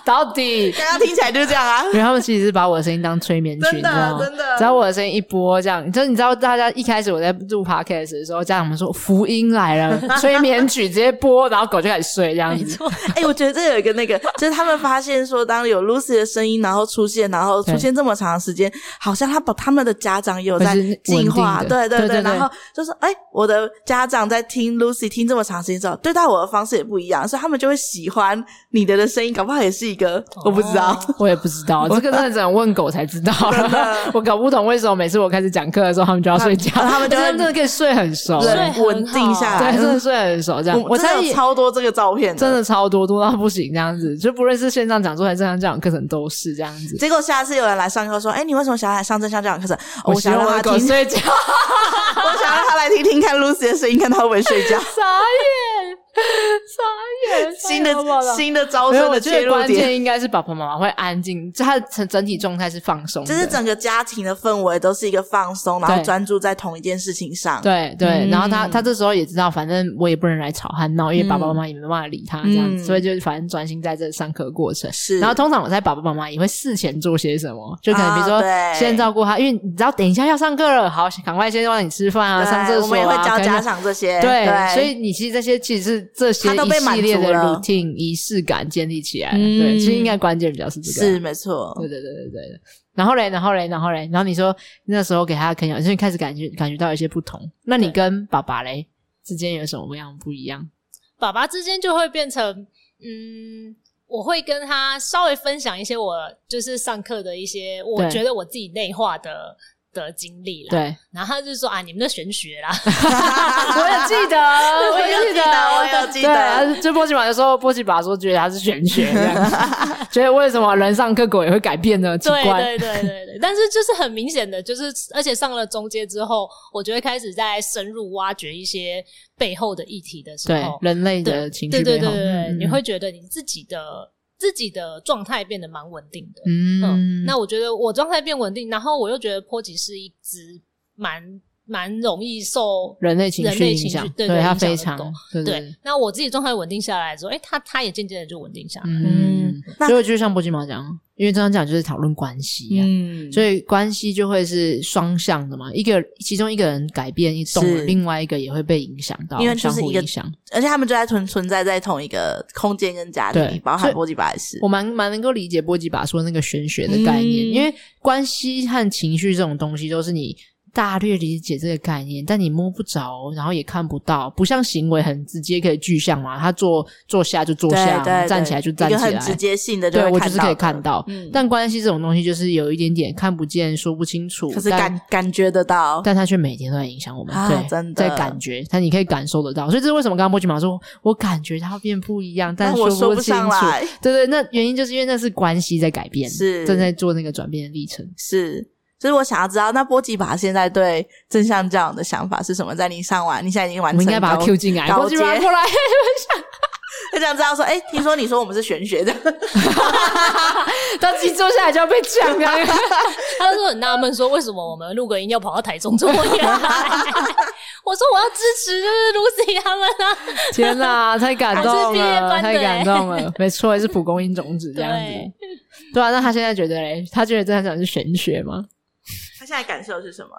[SPEAKER 1] 到底。
[SPEAKER 2] 刚刚听起来就是这样啊
[SPEAKER 1] 因。为他们其实是把我的声音当催眠曲，
[SPEAKER 2] 真
[SPEAKER 1] 你
[SPEAKER 2] 的啊
[SPEAKER 1] 知道吗？
[SPEAKER 2] 真的
[SPEAKER 1] 只要我的声音一播，这样就是你知道，大家一开始我在录 podcast 的时候，家长们说福音来 了，催眠曲直接播，然后狗就开始睡，这样子。
[SPEAKER 2] 哎、我觉得这有一个那个，就是他们发现说，当有 Lucy 的声音，然后出现，然后出现这么长的时间，好像他把他们的家长也有
[SPEAKER 1] 会
[SPEAKER 2] 在
[SPEAKER 1] 是稳
[SPEAKER 2] 进
[SPEAKER 1] 定
[SPEAKER 2] 化，
[SPEAKER 1] 的
[SPEAKER 2] 对
[SPEAKER 1] 对
[SPEAKER 2] 对。
[SPEAKER 1] 对对
[SPEAKER 2] 然后就是，哎、我的家长在听 Lucy 听这么长时间之后，对待我的方式也不一样，所以他们就会喜欢你的的声音，搞不好也是一个，
[SPEAKER 1] 哦
[SPEAKER 2] 我不知道。
[SPEAKER 1] 我也不知道，这个真的只能问狗才知道
[SPEAKER 2] 真 的
[SPEAKER 1] 了。我搞不懂为什么每次我开始讲课的时候，他们就要睡觉，
[SPEAKER 2] 他们就会
[SPEAKER 1] 真的可以睡很熟，
[SPEAKER 3] 睡
[SPEAKER 1] 对，
[SPEAKER 3] 很
[SPEAKER 2] 人稳定下来，
[SPEAKER 1] 真的睡很熟这样。
[SPEAKER 2] 我我真
[SPEAKER 1] 猜
[SPEAKER 2] 的
[SPEAKER 1] 也
[SPEAKER 2] 有超多这个照片，
[SPEAKER 1] 真。的超多，多到不行这样子，就不论是线上讲座还是线上教养课程都是这样子。
[SPEAKER 2] 结果下次有人来上课说：“哎、你为什么想要来上正向教养课程？”哦
[SPEAKER 1] 我希
[SPEAKER 2] 想
[SPEAKER 1] 望
[SPEAKER 2] 让
[SPEAKER 1] 我
[SPEAKER 2] 他
[SPEAKER 1] 的
[SPEAKER 2] 听，
[SPEAKER 1] 狗
[SPEAKER 2] 我想
[SPEAKER 1] 睡觉，
[SPEAKER 2] 让他来听听看 Lucy 的声音，看他会不会 睡觉。
[SPEAKER 1] 傻眼，傻眼，
[SPEAKER 2] 新的
[SPEAKER 1] 太可怕了
[SPEAKER 2] 新的招
[SPEAKER 1] 没有，
[SPEAKER 2] 生
[SPEAKER 1] 我
[SPEAKER 2] 的
[SPEAKER 1] 觉
[SPEAKER 2] 切
[SPEAKER 1] 得
[SPEAKER 2] 入
[SPEAKER 1] 关
[SPEAKER 2] 点，
[SPEAKER 1] 键应该是爸爸妈妈会安静，就他整整体状态是放松的，
[SPEAKER 2] 就是整个家庭的氛围都是一个放松，然后
[SPEAKER 1] 对
[SPEAKER 2] 专注在同一件事情上。
[SPEAKER 1] 对对。
[SPEAKER 2] 嗯
[SPEAKER 1] 然后他他这时候也知道，反正我也不能来吵他闹，因为爸爸妈妈也没办法理他这样子，
[SPEAKER 2] 嗯
[SPEAKER 1] 所以就反正专心在这上课过程。
[SPEAKER 2] 是，
[SPEAKER 1] 然后通常我在爸爸妈妈也会事前做些什么，就可能比如
[SPEAKER 2] 啊
[SPEAKER 1] 说
[SPEAKER 2] 对
[SPEAKER 1] 先照顾他，因为你知道等一下要上课了，好，赶快先让你吃饭啊，
[SPEAKER 2] 对
[SPEAKER 1] 上厕所啊，
[SPEAKER 2] 我们也会教
[SPEAKER 1] 可能
[SPEAKER 2] 家长这些，
[SPEAKER 1] 对，
[SPEAKER 2] 对，
[SPEAKER 1] 所以你其实这些其实是这些
[SPEAKER 2] 它都
[SPEAKER 1] 一
[SPEAKER 2] 被满
[SPEAKER 1] 系
[SPEAKER 2] 足
[SPEAKER 1] 列的
[SPEAKER 2] 了
[SPEAKER 1] routine 仪式感建立起来了，
[SPEAKER 3] 嗯
[SPEAKER 1] 对，其实应该关键比较是这个啊，
[SPEAKER 2] 是没错，
[SPEAKER 1] 对对对对对。然后嘞，然后嘞，然后嘞，然后你说那时候给他的啃咬，就是开始感觉感觉到有些不同。那你跟爸爸嘞之间有什么样不一样？
[SPEAKER 3] 爸爸之间就会变成，嗯，我会跟他稍微分享一些我就是上课的一些，我
[SPEAKER 1] 对
[SPEAKER 3] 觉得我自己内化的的经历啦。，
[SPEAKER 1] 对，
[SPEAKER 3] 然后他就说啊，你们就玄学 啦，
[SPEAKER 1] 我有记得，我
[SPEAKER 2] 有
[SPEAKER 1] 有
[SPEAKER 2] 记得我有记得
[SPEAKER 1] 对啊，就波奇爸就说，波奇爸说觉得他是玄学，这样子 觉得为什么人上课狗也会改变呢？奇
[SPEAKER 3] 对
[SPEAKER 1] 怪，
[SPEAKER 3] 对对对对。但是就是很明显的，就是而且上了中阶之后，我就会开始在深入挖掘一些背后的议题的时
[SPEAKER 1] 对
[SPEAKER 3] 候，
[SPEAKER 1] 人类
[SPEAKER 3] 哦对
[SPEAKER 1] 的情
[SPEAKER 3] 对
[SPEAKER 1] 绪
[SPEAKER 3] 对
[SPEAKER 1] 背
[SPEAKER 3] 对
[SPEAKER 1] 后，
[SPEAKER 3] 对对，
[SPEAKER 1] 嗯
[SPEAKER 3] 你会觉得你自己的自己的状态变得蛮稳定的。嗯，
[SPEAKER 1] 嗯，
[SPEAKER 3] 那我觉得我状态变稳定，然后我又觉得波吉是一只蛮蛮容易受
[SPEAKER 1] 人类情
[SPEAKER 3] 人
[SPEAKER 1] 绪
[SPEAKER 3] 类
[SPEAKER 1] 影
[SPEAKER 3] 情
[SPEAKER 1] 响
[SPEAKER 3] 绪，对
[SPEAKER 1] 对它
[SPEAKER 3] 影响
[SPEAKER 1] 非
[SPEAKER 3] 的
[SPEAKER 1] 常
[SPEAKER 3] 狗
[SPEAKER 1] 对对
[SPEAKER 3] 对。那我自己状态稳定下来之后，哎，它它也渐渐的就稳定下来。
[SPEAKER 1] 嗯，
[SPEAKER 2] 那
[SPEAKER 1] 所以就像波金毛讲，因为这样讲就是讨论关系啊，
[SPEAKER 2] 嗯
[SPEAKER 1] 所以关系就会是双向的嘛，一个其中一个人改变一动了，
[SPEAKER 2] 是
[SPEAKER 1] 另外一个也会被影响到，
[SPEAKER 2] 因为就
[SPEAKER 1] 相
[SPEAKER 2] 是
[SPEAKER 1] 互
[SPEAKER 2] 一个
[SPEAKER 1] 影响。
[SPEAKER 2] 而且他们就在存存在在同一个空间跟家
[SPEAKER 1] 对
[SPEAKER 2] 里，包
[SPEAKER 1] 所
[SPEAKER 2] 含
[SPEAKER 1] 以
[SPEAKER 2] 波吉巴也是
[SPEAKER 1] 我，蛮蛮能够理解波吉把说那个玄学的概念，
[SPEAKER 2] 嗯
[SPEAKER 1] 因为关系和情绪这种东西都是你。大略理解这个概念，但你摸不着，然后也看不到，不像行为很直接可以具象嘛。他坐坐下就坐
[SPEAKER 2] 对
[SPEAKER 1] 下，
[SPEAKER 2] 对，
[SPEAKER 1] 站
[SPEAKER 2] 对
[SPEAKER 1] 起来就站
[SPEAKER 2] 一
[SPEAKER 1] 起
[SPEAKER 2] 个
[SPEAKER 1] 来，
[SPEAKER 2] 很直接性的，
[SPEAKER 1] 对
[SPEAKER 2] 会
[SPEAKER 1] 我就是可以
[SPEAKER 2] 的
[SPEAKER 1] 看到。
[SPEAKER 2] 嗯
[SPEAKER 1] 但关系这种东西就是有一点点看不见、说不清楚，
[SPEAKER 2] 可是
[SPEAKER 1] 但
[SPEAKER 2] 感感觉得到，
[SPEAKER 1] 但它却每天都在影响我们，
[SPEAKER 2] 啊
[SPEAKER 1] 对，
[SPEAKER 2] 真的
[SPEAKER 1] 在感觉，但你可以感受得到，所以这是为什么刚刚波奇马说，我感觉它变不一样，但
[SPEAKER 2] 但我
[SPEAKER 1] 说
[SPEAKER 2] 不
[SPEAKER 1] 清
[SPEAKER 2] 上
[SPEAKER 1] 楚。
[SPEAKER 2] 来，
[SPEAKER 1] 对对，那原因就是因为那是关系在改变，
[SPEAKER 2] 是
[SPEAKER 1] 正在做那个转变的历程。
[SPEAKER 2] 是。所以我想要知道，那波吉巴现在对正向教养的想法是什么？在你上完，你现在已经
[SPEAKER 1] 我
[SPEAKER 2] 完
[SPEAKER 1] 们
[SPEAKER 2] 成
[SPEAKER 1] 应该把它
[SPEAKER 2] 高
[SPEAKER 1] Q 进来，
[SPEAKER 2] 高
[SPEAKER 1] 波奇马
[SPEAKER 2] 阶
[SPEAKER 1] 过来，
[SPEAKER 2] 就想知道说，哎、听说你说我们是玄学的，
[SPEAKER 1] 他自己坐下来就要被抢了。
[SPEAKER 3] 他就说很纳闷，说为什么我们录个音要跑到台中这么远来？ 我说我要支持就是 Lucy 他们啊，
[SPEAKER 1] 天哪，太感动
[SPEAKER 3] 还是毕业
[SPEAKER 1] 了，
[SPEAKER 3] 班的
[SPEAKER 1] 太
[SPEAKER 3] 欸
[SPEAKER 1] 感动 了，没错，是蒲公英种子这样
[SPEAKER 3] 对
[SPEAKER 1] 子。对啊，那他现在觉得嘞，他觉得正向讲是玄学吗？
[SPEAKER 2] 他现在感受是什么？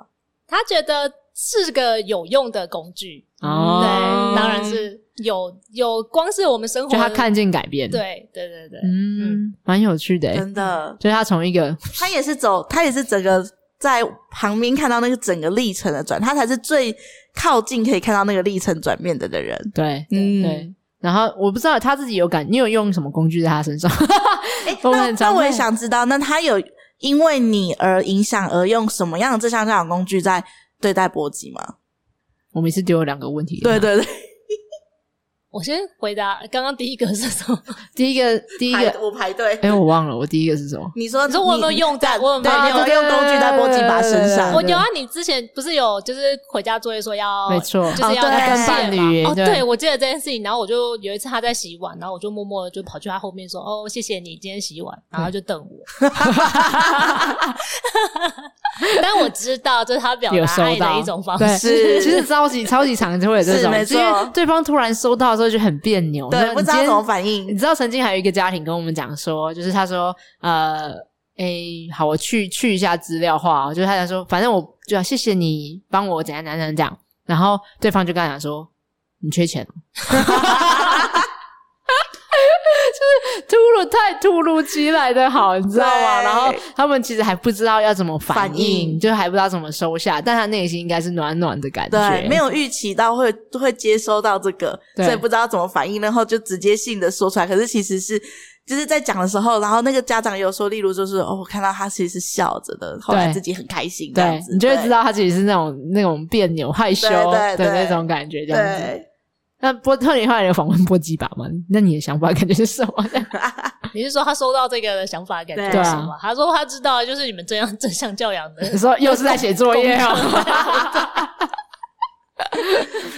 [SPEAKER 3] 他觉得是个有用的工具，
[SPEAKER 1] 哦
[SPEAKER 3] 对，当然是有有，光是我们生活
[SPEAKER 1] 就
[SPEAKER 3] 的，
[SPEAKER 1] 他看见改变，，
[SPEAKER 3] 对对对对，
[SPEAKER 1] 嗯，蛮有趣的欸，
[SPEAKER 2] 真的，
[SPEAKER 1] 就是他从一个
[SPEAKER 2] 他也是走，他也是整个在旁边看到那个整个历程的转，他才是最靠近可以看到那个历程转变的的人。
[SPEAKER 1] 对
[SPEAKER 2] 嗯
[SPEAKER 1] 对，然后我不知道他自己有感，你有用什么工具在他身上？
[SPEAKER 2] 哎，
[SPEAKER 1] 我
[SPEAKER 2] 那
[SPEAKER 1] 很
[SPEAKER 2] 那
[SPEAKER 1] 常
[SPEAKER 2] 我也
[SPEAKER 1] 问
[SPEAKER 2] 想知道，那他有因为你而影响而用什么样的这项教养工具在对待波及吗？
[SPEAKER 1] 我每次丢了两个问题，
[SPEAKER 2] 对，对对，
[SPEAKER 3] 我先回答刚刚第一个是什么？
[SPEAKER 1] 第一个第一
[SPEAKER 2] 排
[SPEAKER 1] 个，
[SPEAKER 2] 我排队。
[SPEAKER 1] 哎，我忘了，我第一个是什么？
[SPEAKER 2] 你说
[SPEAKER 3] 你说我有没有用在我有没
[SPEAKER 2] 对，
[SPEAKER 3] 有
[SPEAKER 2] 你有没有用工具在波及吧身上？
[SPEAKER 3] 我
[SPEAKER 1] 对
[SPEAKER 3] 有啊，你之前不是有就是回家作业说要
[SPEAKER 1] 没错
[SPEAKER 3] 就是要
[SPEAKER 2] 哦对
[SPEAKER 3] 感谢
[SPEAKER 1] 跟伴侣
[SPEAKER 3] 嘛哦，
[SPEAKER 1] 对
[SPEAKER 3] 对我记得这件事情，然后我就有一次他在洗碗，然后我就默默的就跑去他后面说哦谢谢你今天洗碗，然后他就瞪我， 但我知道这是他表
[SPEAKER 1] 有
[SPEAKER 3] 达
[SPEAKER 1] 收
[SPEAKER 3] 爱的
[SPEAKER 1] 到
[SPEAKER 3] 一种方
[SPEAKER 1] 对，
[SPEAKER 3] 式，
[SPEAKER 2] 是
[SPEAKER 1] 其实超级超级常就会有这
[SPEAKER 2] 是
[SPEAKER 1] 种，
[SPEAKER 2] 没
[SPEAKER 1] 是因为
[SPEAKER 2] 错
[SPEAKER 1] 对方突然收到的时候就很别扭，
[SPEAKER 2] 对，
[SPEAKER 1] 说
[SPEAKER 2] 不
[SPEAKER 1] 你
[SPEAKER 2] 知
[SPEAKER 1] 今
[SPEAKER 2] 道怎
[SPEAKER 1] 天
[SPEAKER 2] 么反应
[SPEAKER 1] 你。知道曾经还有一个家庭跟我们讲说，就是他说，呃，诶、好，我去去一下资料化哦，就是他想说，反正我就啊要谢谢你帮我怎样怎样怎样怎样，然后对方就 跟他讲说，你缺钱哦，突如太突如其来的好，你知道吗？
[SPEAKER 2] 对
[SPEAKER 1] 然后他们其实还不知道要怎么反应，
[SPEAKER 2] 反应
[SPEAKER 1] 就还不知道怎么收下，但他内心应该是暖暖的感觉，
[SPEAKER 2] 对，没有预期到会会接收到这个，
[SPEAKER 1] 对
[SPEAKER 2] 所以不知道怎么反应，然后就直接性的说出来。可是其实是就是在讲的时候，然后那个家长有说，例如就是哦，我看到他其实是笑着的，后来自己很开心这样
[SPEAKER 1] 对
[SPEAKER 2] 子，
[SPEAKER 1] 你就会知
[SPEAKER 2] 道
[SPEAKER 1] 道他其实是那种那种别扭、害羞
[SPEAKER 2] 对
[SPEAKER 1] 的
[SPEAKER 2] 对对
[SPEAKER 1] 那种感觉，这样子。
[SPEAKER 2] 对，
[SPEAKER 1] 那波特，你后来有访问波吉吧吗？那你的想法感觉是什么？
[SPEAKER 3] 你是说他收到这个的想法感觉
[SPEAKER 2] 对
[SPEAKER 3] 是
[SPEAKER 2] 啊
[SPEAKER 3] 什么？他说他知道，就是你们这样正向教养的
[SPEAKER 1] 你说又是在写作业哦。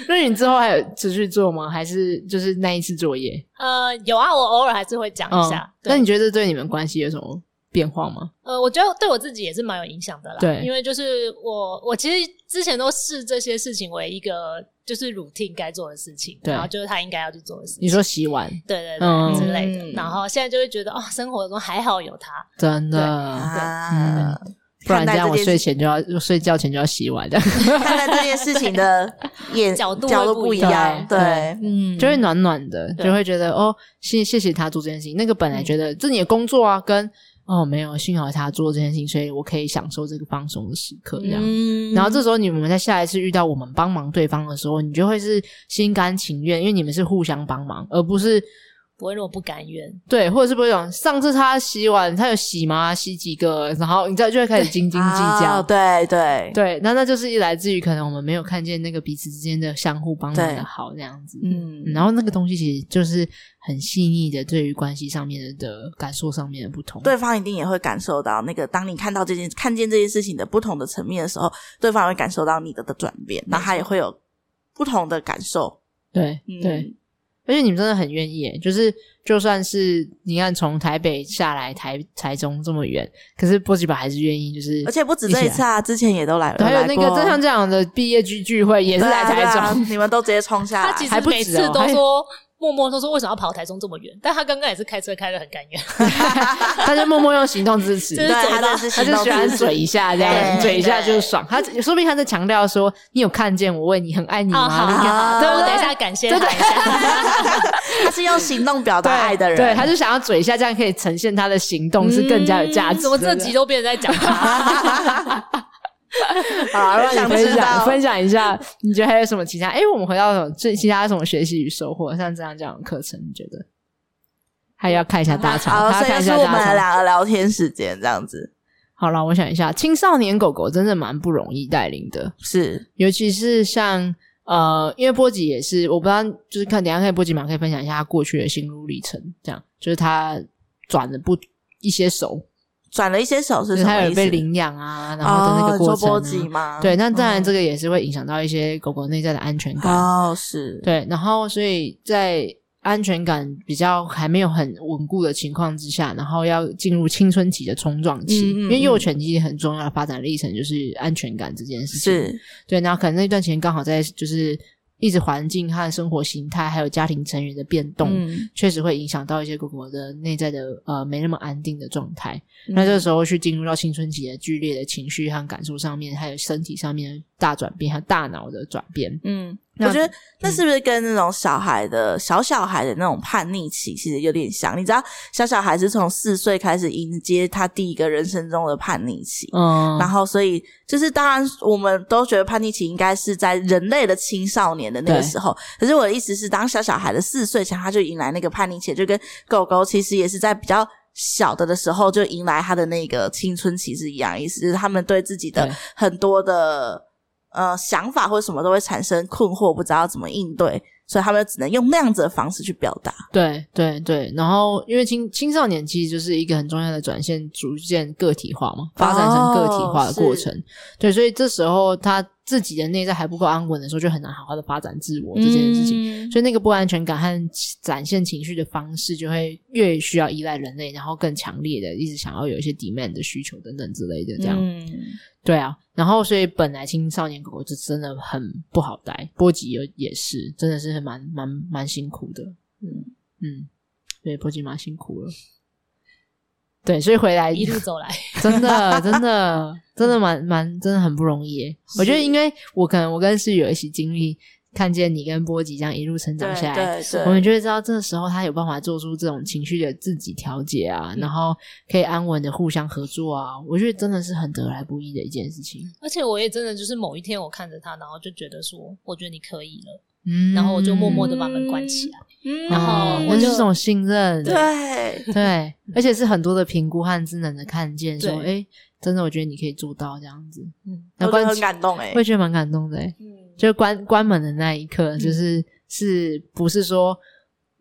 [SPEAKER 1] 那你之后还有持续做吗？还是就是那一次作业？
[SPEAKER 3] 呃，有啊，我偶尔还是会讲
[SPEAKER 2] 嗯
[SPEAKER 3] 一下。对
[SPEAKER 1] 哦那你觉得这对你们关系有什么变化吗？
[SPEAKER 3] 呃，我觉得对我自己也是蛮有影响的啦。
[SPEAKER 1] 对
[SPEAKER 3] 因为就是我，我其实之前都视这些事情为一个就是 routine 该做的事情，
[SPEAKER 1] 对
[SPEAKER 3] 然后就是他应该要去做的事情。
[SPEAKER 1] 你说洗碗，
[SPEAKER 3] 对对对、
[SPEAKER 1] 嗯
[SPEAKER 3] 之类的
[SPEAKER 2] 嗯，
[SPEAKER 3] 然后现在就会觉得哦，生活中还好有他。
[SPEAKER 1] 真的，嗯
[SPEAKER 2] 啊，
[SPEAKER 1] 不然
[SPEAKER 2] 看待
[SPEAKER 1] 这样我
[SPEAKER 2] 这件
[SPEAKER 1] 睡
[SPEAKER 2] 事
[SPEAKER 1] 前就要睡觉前就要洗碗的，
[SPEAKER 2] 看待这件事情的眼
[SPEAKER 3] 角度会
[SPEAKER 2] 角度
[SPEAKER 3] 不
[SPEAKER 2] 一
[SPEAKER 3] 一
[SPEAKER 2] 样，
[SPEAKER 1] 样
[SPEAKER 2] 对，
[SPEAKER 1] 对
[SPEAKER 3] 嗯
[SPEAKER 1] 就会暖暖的，
[SPEAKER 3] 对
[SPEAKER 1] 就会觉得哦，谢谢谢他做这件事情。那个
[SPEAKER 2] 嗯
[SPEAKER 1] 本来觉得这是你的工作啊，跟哦没有，幸好他做这件事情，所以我可以享受这个放松的时刻这样。
[SPEAKER 2] 嗯
[SPEAKER 1] 然后这时候你们在下一次遇到我们帮忙对方的时候，你就会是心甘情愿，因为你们是互相帮忙，而不是
[SPEAKER 3] 不会那么不甘愿，
[SPEAKER 1] 对，或者是不会讲上次他洗碗，他有洗吗？洗几个？然后你知道就会开始斤斤计较。
[SPEAKER 2] 啊对对，
[SPEAKER 1] 对，那那就是一来自于可能我们没有看见那个彼此之间的相互帮忙
[SPEAKER 2] 对
[SPEAKER 1] 的好这样子。
[SPEAKER 2] 嗯
[SPEAKER 1] 嗯然后那个东西其实就是很细腻的，对于关系上面的感受上面的不同。
[SPEAKER 2] 对方一定也会感受到那个，当你看到这件、看见这件事情的不同的层面的时候，对方也会感受到你的的转变，然后他也会有不同的感受。
[SPEAKER 1] 对
[SPEAKER 2] 嗯，
[SPEAKER 1] 对，而且你们真的很愿意耶，就是就算是你看从台北下来台台中这么远，可是波吉巴还是愿意，就是
[SPEAKER 2] 而且不止这一
[SPEAKER 1] 起
[SPEAKER 2] 次啊，之前也都来，啊
[SPEAKER 1] 来，还有那个
[SPEAKER 2] 真
[SPEAKER 1] 正向这样的毕业聚聚会也是来台中，
[SPEAKER 2] 你们都直接冲下
[SPEAKER 3] 他
[SPEAKER 2] 来，
[SPEAKER 3] 其实
[SPEAKER 1] 还不止
[SPEAKER 3] 每次
[SPEAKER 1] 哦
[SPEAKER 3] 都
[SPEAKER 1] 还
[SPEAKER 3] 说，默默都说为什么要跑台中这么远，但他刚刚也是开车开的很甘愿，
[SPEAKER 1] 他就默默用行动 支持，
[SPEAKER 3] 真
[SPEAKER 2] 对
[SPEAKER 3] 是嘴
[SPEAKER 2] 他真
[SPEAKER 3] 巴
[SPEAKER 2] 的啊是
[SPEAKER 1] 他
[SPEAKER 2] 行
[SPEAKER 1] 就
[SPEAKER 2] 动
[SPEAKER 1] 喜欢
[SPEAKER 2] 支持
[SPEAKER 1] 嘴一下这样，
[SPEAKER 2] 对
[SPEAKER 1] 嘴一下
[SPEAKER 3] 对
[SPEAKER 1] 就爽。他说不定他在强调说，你有看见我为你很爱
[SPEAKER 2] 哦
[SPEAKER 1] 你
[SPEAKER 3] 啊，好
[SPEAKER 1] 吗？
[SPEAKER 3] 好
[SPEAKER 1] 你
[SPEAKER 2] 看
[SPEAKER 3] 好，
[SPEAKER 2] 对
[SPEAKER 3] 那
[SPEAKER 2] 不
[SPEAKER 3] 我
[SPEAKER 2] 对
[SPEAKER 3] 等一下感谢他 一下。
[SPEAKER 2] 他是用行动表达爱的人，
[SPEAKER 1] 对，他就想要嘴一下，这样可以呈现他的行
[SPEAKER 2] 嗯
[SPEAKER 1] 动是更加有价值的。
[SPEAKER 3] 怎么这集都变成在讲他？
[SPEAKER 1] 好啊，让
[SPEAKER 2] 想
[SPEAKER 1] 你
[SPEAKER 2] 不
[SPEAKER 1] 分
[SPEAKER 2] 知道
[SPEAKER 1] 享分享一下，你觉得还有什么其他？哎、我们回到什么最其他什么学习与收获，像这样这样的课程，你觉得？还要看一下大肠，
[SPEAKER 2] 好，
[SPEAKER 1] 还
[SPEAKER 2] 所
[SPEAKER 1] 要看一
[SPEAKER 2] 以就是
[SPEAKER 1] 下
[SPEAKER 2] 我们
[SPEAKER 1] 大肠。
[SPEAKER 2] 两个聊天时间这样子，
[SPEAKER 1] 好了，我想一下，青少年狗狗真的蛮不容易带领的，
[SPEAKER 2] 是
[SPEAKER 1] 尤其是像呃，因为波吉也是，我不知道，就是看等一下可以波吉嘛，可以分享一下他过去的心路历程，这样就是他转了不一些手，
[SPEAKER 2] 转了一些手
[SPEAKER 1] 就是是
[SPEAKER 2] 什
[SPEAKER 1] 他
[SPEAKER 2] 么
[SPEAKER 1] 有
[SPEAKER 2] 意思
[SPEAKER 1] 被？领养啊，然后的那
[SPEAKER 2] 哦，
[SPEAKER 1] 个
[SPEAKER 2] 你
[SPEAKER 1] 过
[SPEAKER 2] 说
[SPEAKER 1] 程、啊
[SPEAKER 2] 波及吗？
[SPEAKER 1] 对，那当然这
[SPEAKER 2] 个
[SPEAKER 1] 个也是会影响到一些狗狗内在的安全感。
[SPEAKER 2] 哦是，
[SPEAKER 1] 对，然后所以在安全感比较还没有很稳固的情况之下，然后要进入青春期的冲撞期，
[SPEAKER 2] 嗯嗯
[SPEAKER 1] 因为幼犬其实很重要的发展历程就是安全感这件事情。
[SPEAKER 2] 是
[SPEAKER 1] 对，然后可能那段时间刚好在就是一直环境和生活形态还有家庭成员的变动。
[SPEAKER 2] 嗯
[SPEAKER 1] 确实会影响到一些狗狗的内在的呃没那么安定的状态，那
[SPEAKER 2] 嗯
[SPEAKER 1] 这时候去进入到青春期的剧烈的情绪和感受上面，还有身体上面的大转变和大脑的转变，
[SPEAKER 2] 嗯，我
[SPEAKER 1] 那
[SPEAKER 2] 觉得那是不是跟那种小孩的、小小孩的那种叛逆期其实有点像？你知道，小小孩是从四岁开始迎接他第一个人生中的叛逆期。
[SPEAKER 1] 嗯，
[SPEAKER 2] 然后，所以就是，当然，我们都觉得叛逆期应该是在人类的青少年的那个
[SPEAKER 1] 对
[SPEAKER 2] 时候。可是我的意思是，当小小孩的四岁前，他就迎来那个叛逆期，就跟狗狗其实也是在比较小的的时候就迎来他的那个青春期是一样的意思，就是他们对自己的
[SPEAKER 1] 对
[SPEAKER 2] 很多的呃想法或什么都会产生困惑，不知道怎么应对，所以他们只能用那样子的方式去表达。
[SPEAKER 1] 对对对，然后因为青青少年期就是一个很重要的转变，逐渐个体化嘛，发展成个体化的过程。对，所以这时候他自己的内在还不够安稳的时候，就很难好好的发展自 我这件事情。
[SPEAKER 3] 嗯
[SPEAKER 2] 情
[SPEAKER 1] 所以那个不安全感和展现情绪的方式，就会越需要依赖人类，然后更强烈的一直想要有一些 demand 的需求等等之类的，这样。对啊，然后所以本来青少年狗狗就真的很不好带，波吉也也是，真的是蛮蛮蛮辛苦的。嗯嗯，对，波吉蛮辛苦了。对，所以回来
[SPEAKER 3] 一路走来，
[SPEAKER 1] 真的真的真的蛮蛮真的很不容易耶。我觉得，因为我可能我跟室友一起经历看见你跟波吉这样一路成长下来，
[SPEAKER 2] 对对
[SPEAKER 1] 我们
[SPEAKER 2] 对，
[SPEAKER 1] 就会知道，这时候他有办法做出这种情绪的自己调节啊，
[SPEAKER 2] 嗯
[SPEAKER 1] 然后可以安稳的互相合作啊。我觉得真的是很得来不易的一件事情。
[SPEAKER 3] 而且我也真的就是某一天我看着他，然后就觉得说，我觉得你可以了，
[SPEAKER 1] 嗯，
[SPEAKER 3] 然后我就默默的把门关起来。
[SPEAKER 2] 嗯
[SPEAKER 3] 然后我
[SPEAKER 1] 那
[SPEAKER 3] 就是
[SPEAKER 1] 种信任，
[SPEAKER 2] 对
[SPEAKER 1] 对，而且是很多的评估和智能的看见，说，
[SPEAKER 3] 对
[SPEAKER 1] 哎，真的，我觉得你可以做到这样子，
[SPEAKER 3] 嗯
[SPEAKER 1] 然
[SPEAKER 2] 我
[SPEAKER 1] 后
[SPEAKER 2] 觉
[SPEAKER 1] 关
[SPEAKER 2] 得很感动哎、
[SPEAKER 1] 会觉得蛮感动的、欸。
[SPEAKER 3] 嗯，
[SPEAKER 1] 就是关关门的那一刻，
[SPEAKER 2] 嗯
[SPEAKER 1] 就是是不是说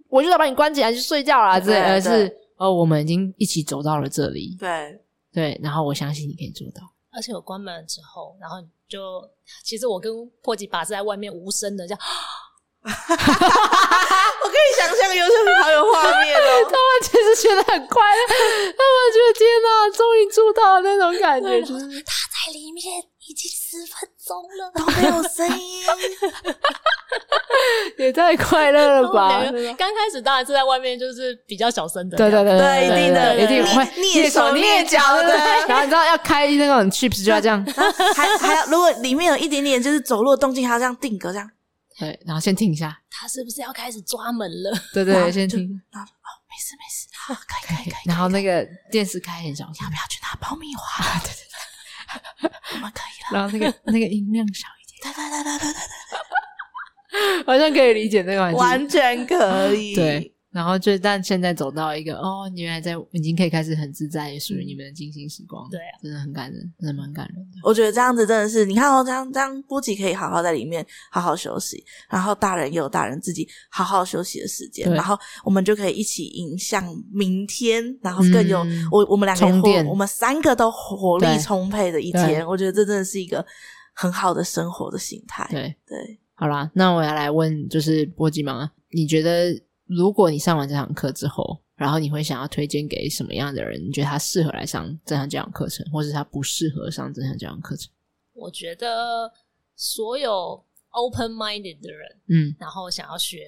[SPEAKER 1] 我就要把你关起来去睡觉啦之类，
[SPEAKER 2] 对
[SPEAKER 1] 而
[SPEAKER 2] 对
[SPEAKER 1] 是哦，我们已经一起走到了这里，
[SPEAKER 2] 对，
[SPEAKER 1] 对，然后我相信你可以做到。
[SPEAKER 3] 而且我关门之后，然后就其实我跟破吉爸是在外面无声的这样，
[SPEAKER 2] 我可以想象，有些是好有画面 哦。
[SPEAKER 1] 他们其实觉得很快乐， 他们觉得天哪，终于做到那种感 觉，就是
[SPEAKER 3] 在里面已经十分钟了，
[SPEAKER 2] 都没有声音，
[SPEAKER 1] 也太快乐了 吧！
[SPEAKER 3] 然后我们两个刚开始当然是在外面，就是比较小声的这
[SPEAKER 1] 对
[SPEAKER 3] 样，
[SPEAKER 1] 对对对
[SPEAKER 2] 对一定的
[SPEAKER 1] 对一定会
[SPEAKER 2] 蹑蹑手
[SPEAKER 1] 蹑
[SPEAKER 2] 蹑脚的
[SPEAKER 1] 对对 对然后你知道要开那种 chips 就要 这样，
[SPEAKER 2] 还还要如果里面有一点点就是走路的动静，还要这样定格这样，
[SPEAKER 1] 对，然后先停一下，
[SPEAKER 3] 他是不是要开始抓门了？
[SPEAKER 1] 对
[SPEAKER 2] 然
[SPEAKER 1] 对，
[SPEAKER 2] 后
[SPEAKER 1] 先
[SPEAKER 2] 就
[SPEAKER 1] 停，
[SPEAKER 2] 然后哦，没事没事，好可以可以可以。
[SPEAKER 1] 然后那个电视开很小声
[SPEAKER 2] 要。不要去拿爆米花？ 对对对， 我们可以了。
[SPEAKER 1] 然后那 个那个音量小一
[SPEAKER 2] 对对对对对对
[SPEAKER 1] 点， 好像可以理解那个环
[SPEAKER 2] 对，
[SPEAKER 1] 境。
[SPEAKER 2] 完全可以。
[SPEAKER 1] 对，然后就但现在走到一个哦，你原来在已经可以开始很自在，属于你们的精心时光。
[SPEAKER 3] 对啊，
[SPEAKER 1] 真的很感人，真的蛮感人的。
[SPEAKER 2] 我觉得这样子真的是，你看哦，这样这样，波吉可以好好在里面好好休息，然后大人也有大人自己好好休息的时间，
[SPEAKER 1] 对
[SPEAKER 2] 然后我们就可以一起迎向明天，然后更有、
[SPEAKER 1] 嗯
[SPEAKER 2] 我我们两个也
[SPEAKER 1] 充电
[SPEAKER 2] 活，我们三个都活
[SPEAKER 1] 对
[SPEAKER 2] 力充沛的一
[SPEAKER 1] 对
[SPEAKER 2] 天，我觉得这真的是一个很好的生活的形态。
[SPEAKER 1] 对，
[SPEAKER 2] 对，
[SPEAKER 1] 好啦，那我要来问，就是波吉妈，你觉得如果你上完这堂课之后，然后你会想要推荐给什么样的人？你觉得他适合来上这堂这堂课程，或是他不适合上这堂这堂课程？
[SPEAKER 3] 我觉得所有 open minded 的人，
[SPEAKER 1] 嗯，
[SPEAKER 3] 然后想要学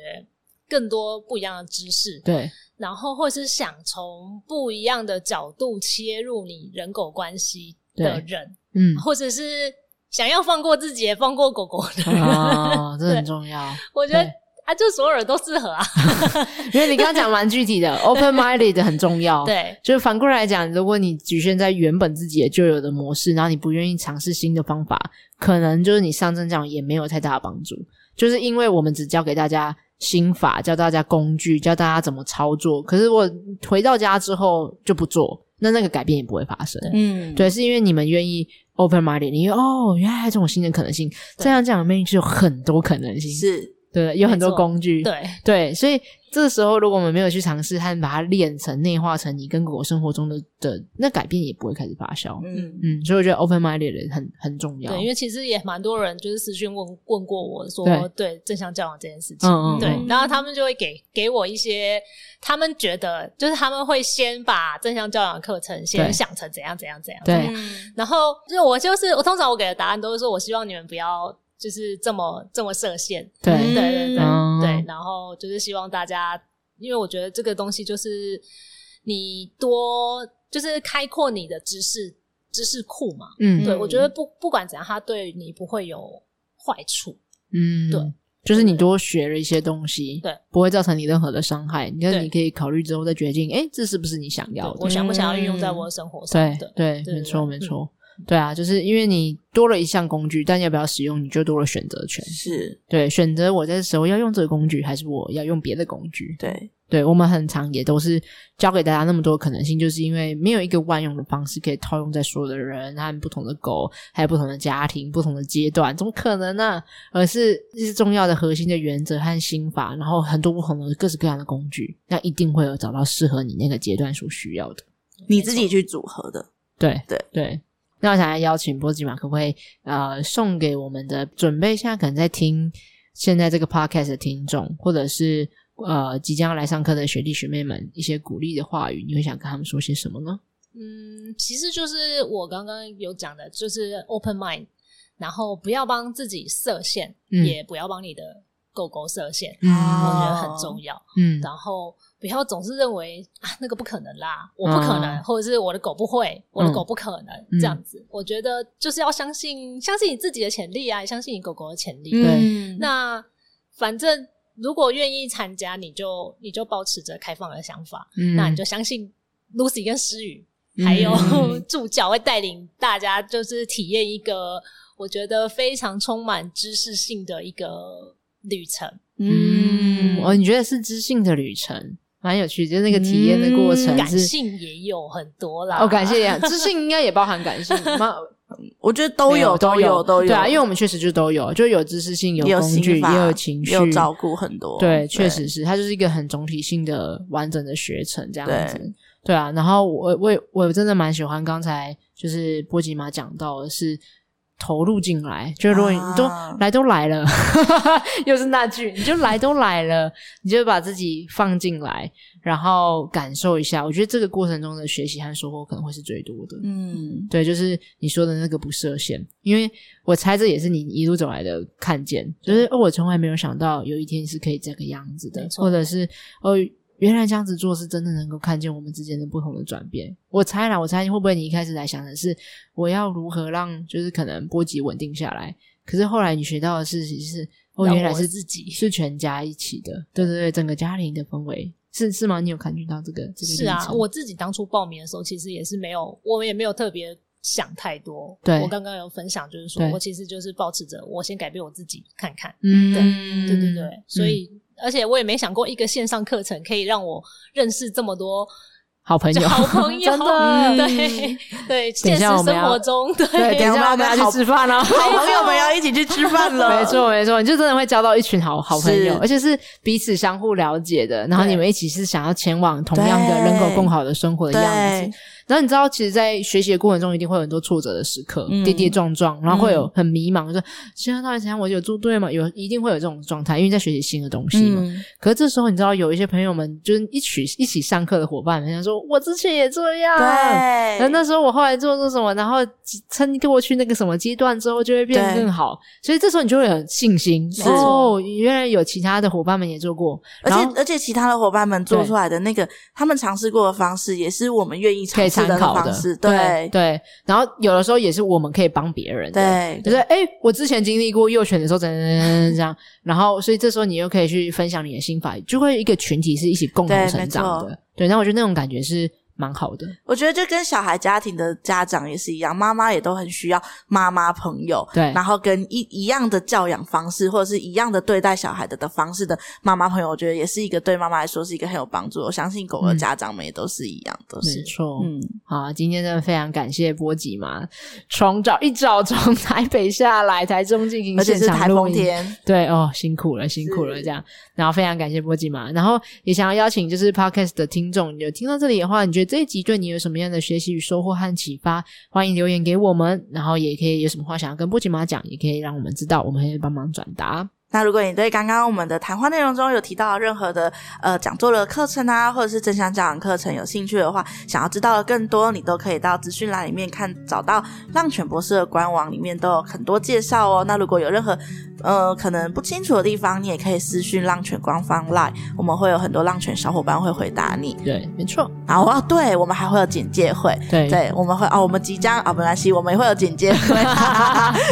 [SPEAKER 3] 更多不一样的知识，
[SPEAKER 1] 对，
[SPEAKER 3] 然后或是想从不一样的角度切入你人狗关系的人，，
[SPEAKER 1] 嗯
[SPEAKER 3] 或者是想要放过自己也放过狗狗的人，
[SPEAKER 1] 啊、这很重要。
[SPEAKER 3] 我觉得
[SPEAKER 1] 对。
[SPEAKER 3] 啊，就所有人都适合啊，
[SPEAKER 1] 因为你刚刚讲蛮具体 的，open minded 很重要。
[SPEAKER 3] 对
[SPEAKER 1] 就是反过来讲，如果你局限在原本自己也就有的模式，然后你不愿意尝试新的方法，可能就是你上阵这样也没有太大的帮助。就是因为我们只教给大家心法，教大家工具，教大家怎么操作，可是我回到家之后就不做，那那个改变也不会发生。
[SPEAKER 2] 嗯，
[SPEAKER 1] 对，是因为你们愿意 open minded，你愿意哦，原来还有这种新的可能性。这样讲，面是有很多可能性，
[SPEAKER 2] 是，
[SPEAKER 1] 对，有很多
[SPEAKER 3] 没错
[SPEAKER 1] 工具，
[SPEAKER 3] 对，
[SPEAKER 1] 对，所以这时候如果我们没有去尝试和把它练成、内化成你跟狗狗生活中的的那改变，也不会开始发酵。
[SPEAKER 2] 嗯，
[SPEAKER 1] 嗯，所以我觉得 open minded 很很重要。
[SPEAKER 3] 对，因为其实也蛮多人就是私讯问问过我说，
[SPEAKER 1] 对
[SPEAKER 3] 对正向教养这件事
[SPEAKER 1] 嗯
[SPEAKER 3] 情，
[SPEAKER 1] 嗯，
[SPEAKER 3] 对
[SPEAKER 1] 嗯，
[SPEAKER 3] 然后他们就会给给我一些，他们觉得就是他们会先把正向教养课程
[SPEAKER 1] 对
[SPEAKER 3] 先想成怎样怎样怎样，
[SPEAKER 1] 对
[SPEAKER 2] 嗯
[SPEAKER 3] 然后就我就是我通常我给的答案都是说我希望你们不要就是这么这么设限，
[SPEAKER 1] 对
[SPEAKER 3] 对对对
[SPEAKER 1] 嗯
[SPEAKER 3] 对，然后就是希望大家，因为我觉得这个东西就是你多就是开阔你的知识知识库嘛，
[SPEAKER 1] 嗯
[SPEAKER 3] 对我觉得不不管怎样，它对你不会有坏处，
[SPEAKER 1] 嗯，
[SPEAKER 3] 对，
[SPEAKER 1] 就是你多学了一些东西，
[SPEAKER 3] 对，
[SPEAKER 1] 不会造成你任何的伤害。你看，
[SPEAKER 3] 对
[SPEAKER 1] 你可以考虑之后再决定，哎，这是不是你想
[SPEAKER 3] 对
[SPEAKER 1] 要的
[SPEAKER 3] 我？想不想要运用在我的生活上？
[SPEAKER 1] 嗯对对，
[SPEAKER 3] 对对
[SPEAKER 1] 没错没
[SPEAKER 3] 嗯
[SPEAKER 1] 错。对啊，就是因为你多了一项工具，但要不要使用，你就多了选择权。
[SPEAKER 2] 是，
[SPEAKER 1] 对，选择我在这时候要用这个工具，还是我要用别的工具？
[SPEAKER 2] 对，
[SPEAKER 1] 对我们很常也都是教给大家那么多可能性，就是因为没有一个万用的方式可以套用在所有的人和不同的狗，还有不同的家庭、不同的阶段，怎么可能呢、而是一些重要的核心的原则和心法，然后很多不同的各式各样的工具，那一定会有找到适合你那个阶段所需要的。
[SPEAKER 2] 你自己去组合的，
[SPEAKER 1] 对
[SPEAKER 2] 对
[SPEAKER 1] 对。那我想要邀请波吉玛，可不可以呃送给我们的准备现在可能在听现在这个 podcast 的听众，或者是呃即将要来上课的学弟学妹们一些鼓励的话语？你会想跟他们说些什么呢？
[SPEAKER 3] 嗯，其实就是我刚刚有讲的，就是 open mind，然后不要帮自己设限，
[SPEAKER 1] 嗯
[SPEAKER 3] 也不要帮你的狗狗射线，我
[SPEAKER 1] 嗯
[SPEAKER 2] 哦
[SPEAKER 3] 觉得很重要。
[SPEAKER 1] 嗯
[SPEAKER 3] 然后不要总是认为啊那个不可能啦，我不可能，
[SPEAKER 1] 嗯
[SPEAKER 3] 或者是我的狗不会，我的狗不可能、
[SPEAKER 1] 嗯
[SPEAKER 3] 这样子。我觉得就是要相信，相信你自己的潜力啊，也相信你狗狗的潜力。
[SPEAKER 2] 嗯，
[SPEAKER 3] 那反正如果愿意参加，你就你就保持着开放的想法，
[SPEAKER 1] 嗯
[SPEAKER 3] 那你就相信 Lucy 跟诗雨
[SPEAKER 1] 嗯
[SPEAKER 3] 还有
[SPEAKER 1] 嗯
[SPEAKER 3] 助教会带领大家，就是体验一个我觉得非常充满知识性的一个旅程，
[SPEAKER 1] 嗯，哦，你觉得是知性的旅程，蛮有趣，就是那个体验的过程
[SPEAKER 2] 嗯
[SPEAKER 3] 感
[SPEAKER 1] 是。
[SPEAKER 3] 性也有很多啦。
[SPEAKER 1] 哦，感谢呀，知性应该也包含感性，蛮
[SPEAKER 2] 我觉得 都
[SPEAKER 1] 没
[SPEAKER 2] 有
[SPEAKER 1] 都
[SPEAKER 2] 有都
[SPEAKER 1] 对啊，因为我们确实就都有，就有知识性，有
[SPEAKER 2] 也有
[SPEAKER 1] 工具，
[SPEAKER 2] 心法
[SPEAKER 1] 也有情绪，
[SPEAKER 2] 也有照顾很多，
[SPEAKER 1] 对，确实是，它就是一个很总体性的完整的学程这样
[SPEAKER 2] 对
[SPEAKER 1] 子。对啊，然后我我也我真的蛮喜欢刚才就是波吉玛讲到的是投入进来，就如果你
[SPEAKER 2] 啊
[SPEAKER 1] 都、来都来了， 又是那句，你就来都来了，你就把自己放进来，然后感受一下。我觉得这个过程中的学习和收获可能会是最多的。
[SPEAKER 2] 嗯，
[SPEAKER 1] 对，就是你说的那个不设限，因为我猜这也是你一路走来的看见，就是哦，我从来没有想到有一天是可以这个样子的
[SPEAKER 3] 没，错
[SPEAKER 1] 或者是哦，原来这样子做是真的能够看见我们之间的不同的转变。我猜啦，我猜会不会你一开始来想的是我要如何让就是可能波及稳定下来，可是后来你学到的事情是哦，
[SPEAKER 3] 让
[SPEAKER 1] 原来
[SPEAKER 3] 我
[SPEAKER 1] 是
[SPEAKER 3] 自己
[SPEAKER 1] 是全家一起的，对对对，整个家庭的氛围是是吗？你有感觉到这个这个
[SPEAKER 3] 是
[SPEAKER 1] 历
[SPEAKER 3] 啊，
[SPEAKER 1] 程
[SPEAKER 3] 我自己当初报名的时候，其实也是没有，我们也没有特别想太多。
[SPEAKER 1] 对
[SPEAKER 3] 我刚刚有分享，就是说
[SPEAKER 1] 对
[SPEAKER 3] 我其实就是保持着我先改变我自己看看，
[SPEAKER 1] 嗯
[SPEAKER 3] 对对对，所以。而且我也没想过一个线上课程可以让我认识这么多
[SPEAKER 1] 好朋
[SPEAKER 3] 就
[SPEAKER 1] 友，
[SPEAKER 3] 好朋友，
[SPEAKER 1] 真的
[SPEAKER 3] 对对，
[SPEAKER 1] 等一
[SPEAKER 3] 现实
[SPEAKER 1] 下我们
[SPEAKER 3] 生
[SPEAKER 1] 要
[SPEAKER 3] 活中对
[SPEAKER 1] 对，等一下
[SPEAKER 2] 要
[SPEAKER 1] 我们
[SPEAKER 2] 跟
[SPEAKER 1] 要去
[SPEAKER 2] 好
[SPEAKER 1] 吃饭了。
[SPEAKER 2] 好朋友们要一起去吃饭 了，
[SPEAKER 1] 没，错，没错，你就真的会交到一群好好朋友，
[SPEAKER 2] 是
[SPEAKER 1] 而且是彼此相互了解的。然后
[SPEAKER 3] 对
[SPEAKER 1] 你们一起是想要前往同样的
[SPEAKER 2] 对
[SPEAKER 1] 人口共好的生活的样
[SPEAKER 2] 对
[SPEAKER 1] 子。，然后你知道，其实，在学习的过程中，一定会有很多挫折的时刻，
[SPEAKER 2] 嗯
[SPEAKER 1] 跌跌撞撞，然后会有很迷茫，就是现在到底怎样？我有做对吗？有一定会有这种状态，因为在学习新的东西嘛。
[SPEAKER 2] 嗯，
[SPEAKER 1] 可是这时候，你知道有一些朋友们，就是一起一起上课的伙伴们，想说：“我之前也这样。”然后
[SPEAKER 2] 对，
[SPEAKER 1] 啊那时候我后来做做什么，然后撑过去那个什么阶段之后，就会变得
[SPEAKER 2] 对
[SPEAKER 1] 更好。所以这时候你就会有信心
[SPEAKER 2] 是
[SPEAKER 1] 哦，原来有其他的伙伴们也做过，
[SPEAKER 2] 而
[SPEAKER 1] 然后
[SPEAKER 2] 且而且其他的伙伴们做
[SPEAKER 1] 对
[SPEAKER 2] 出来的那个他们尝试过的方式，也是我们愿意
[SPEAKER 1] 可
[SPEAKER 2] 尝
[SPEAKER 1] 以
[SPEAKER 2] 试
[SPEAKER 1] 参
[SPEAKER 2] 的
[SPEAKER 1] 考
[SPEAKER 2] 方
[SPEAKER 1] 的
[SPEAKER 2] 式，，
[SPEAKER 1] 对对。然后有的时候也是我们可以帮别人的。
[SPEAKER 2] 对
[SPEAKER 1] 就是哎、诶我之前经历过幼犬的时候，怎怎怎怎怎这样，然后所以这时候你又可以去分享你的心法，就会有一个群体是一起共同
[SPEAKER 2] 对
[SPEAKER 1] 成长
[SPEAKER 2] 没
[SPEAKER 1] 的。对，那我觉得那种感觉是蛮好的。
[SPEAKER 2] 我觉得就跟小孩家庭的家长也是一样，妈妈也都很需要妈妈朋友，
[SPEAKER 1] 对
[SPEAKER 2] 然后跟一一样的教养方式或者是一样的对待小孩的的方式的妈妈朋友，我觉得也是一个对妈妈来说是一个很有帮助的。我相信狗的
[SPEAKER 1] 嗯
[SPEAKER 2] 家长们也都是一样的，
[SPEAKER 1] 没错，
[SPEAKER 2] 嗯，
[SPEAKER 1] 好，今天真的非常感谢波吉嘛，从早一早从台北下来台中进行
[SPEAKER 2] 而
[SPEAKER 1] 嗯
[SPEAKER 2] 且
[SPEAKER 1] 现
[SPEAKER 2] 是
[SPEAKER 1] 场
[SPEAKER 2] 台
[SPEAKER 1] 录
[SPEAKER 2] 风
[SPEAKER 1] 音，
[SPEAKER 2] 天，
[SPEAKER 1] 对哦，辛苦了，辛苦了，
[SPEAKER 2] 是
[SPEAKER 1] 这样，然后非常感谢波吉嘛，然后也想要邀请就是 podcast 的听众，有听到这里的话，你觉得这一集对你有什么样的学习与收获和启发？欢迎留言给我们，然后也可以有什么话想要跟波吉妈讲，也可以让我们知道，我们会帮忙转达。
[SPEAKER 2] 那如果你对刚刚我们的谈话内容中有提到任何的呃讲座的课程啊，或者是正向教养课程有兴趣的话，想要知道的更多，你都可以到资讯栏里面看找到浪犬博士的官网，里面都有很多介绍哦。那如果有任何呃可能不清楚的地方，你也可以私讯浪犬官方 line，我们会有很多浪犬小伙伴会回答你。
[SPEAKER 1] 对，没错，
[SPEAKER 2] 然后哦，对我们还会有简介会，
[SPEAKER 1] 对
[SPEAKER 2] 对，我们会哦，我们即将啊、哦，没关系，我们也会有简介会，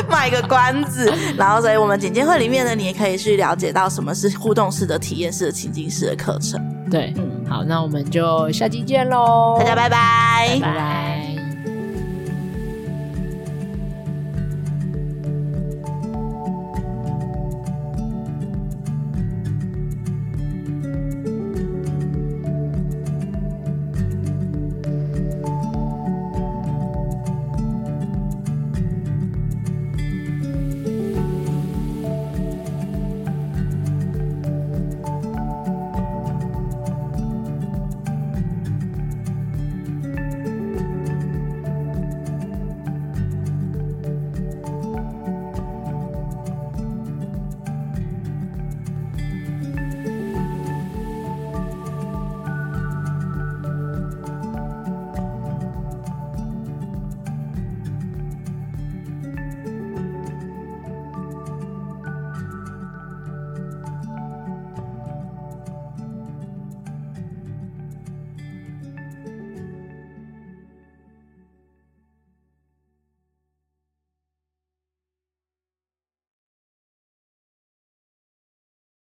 [SPEAKER 2] 卖一个关子。然后，所以我们简介会里面呢，你也可以去了解到什么是互动式的、体验式的、情境式的课程。
[SPEAKER 1] 对，
[SPEAKER 2] 嗯，
[SPEAKER 1] 好，那我们就下期见喽，
[SPEAKER 2] 大家拜拜
[SPEAKER 1] 拜拜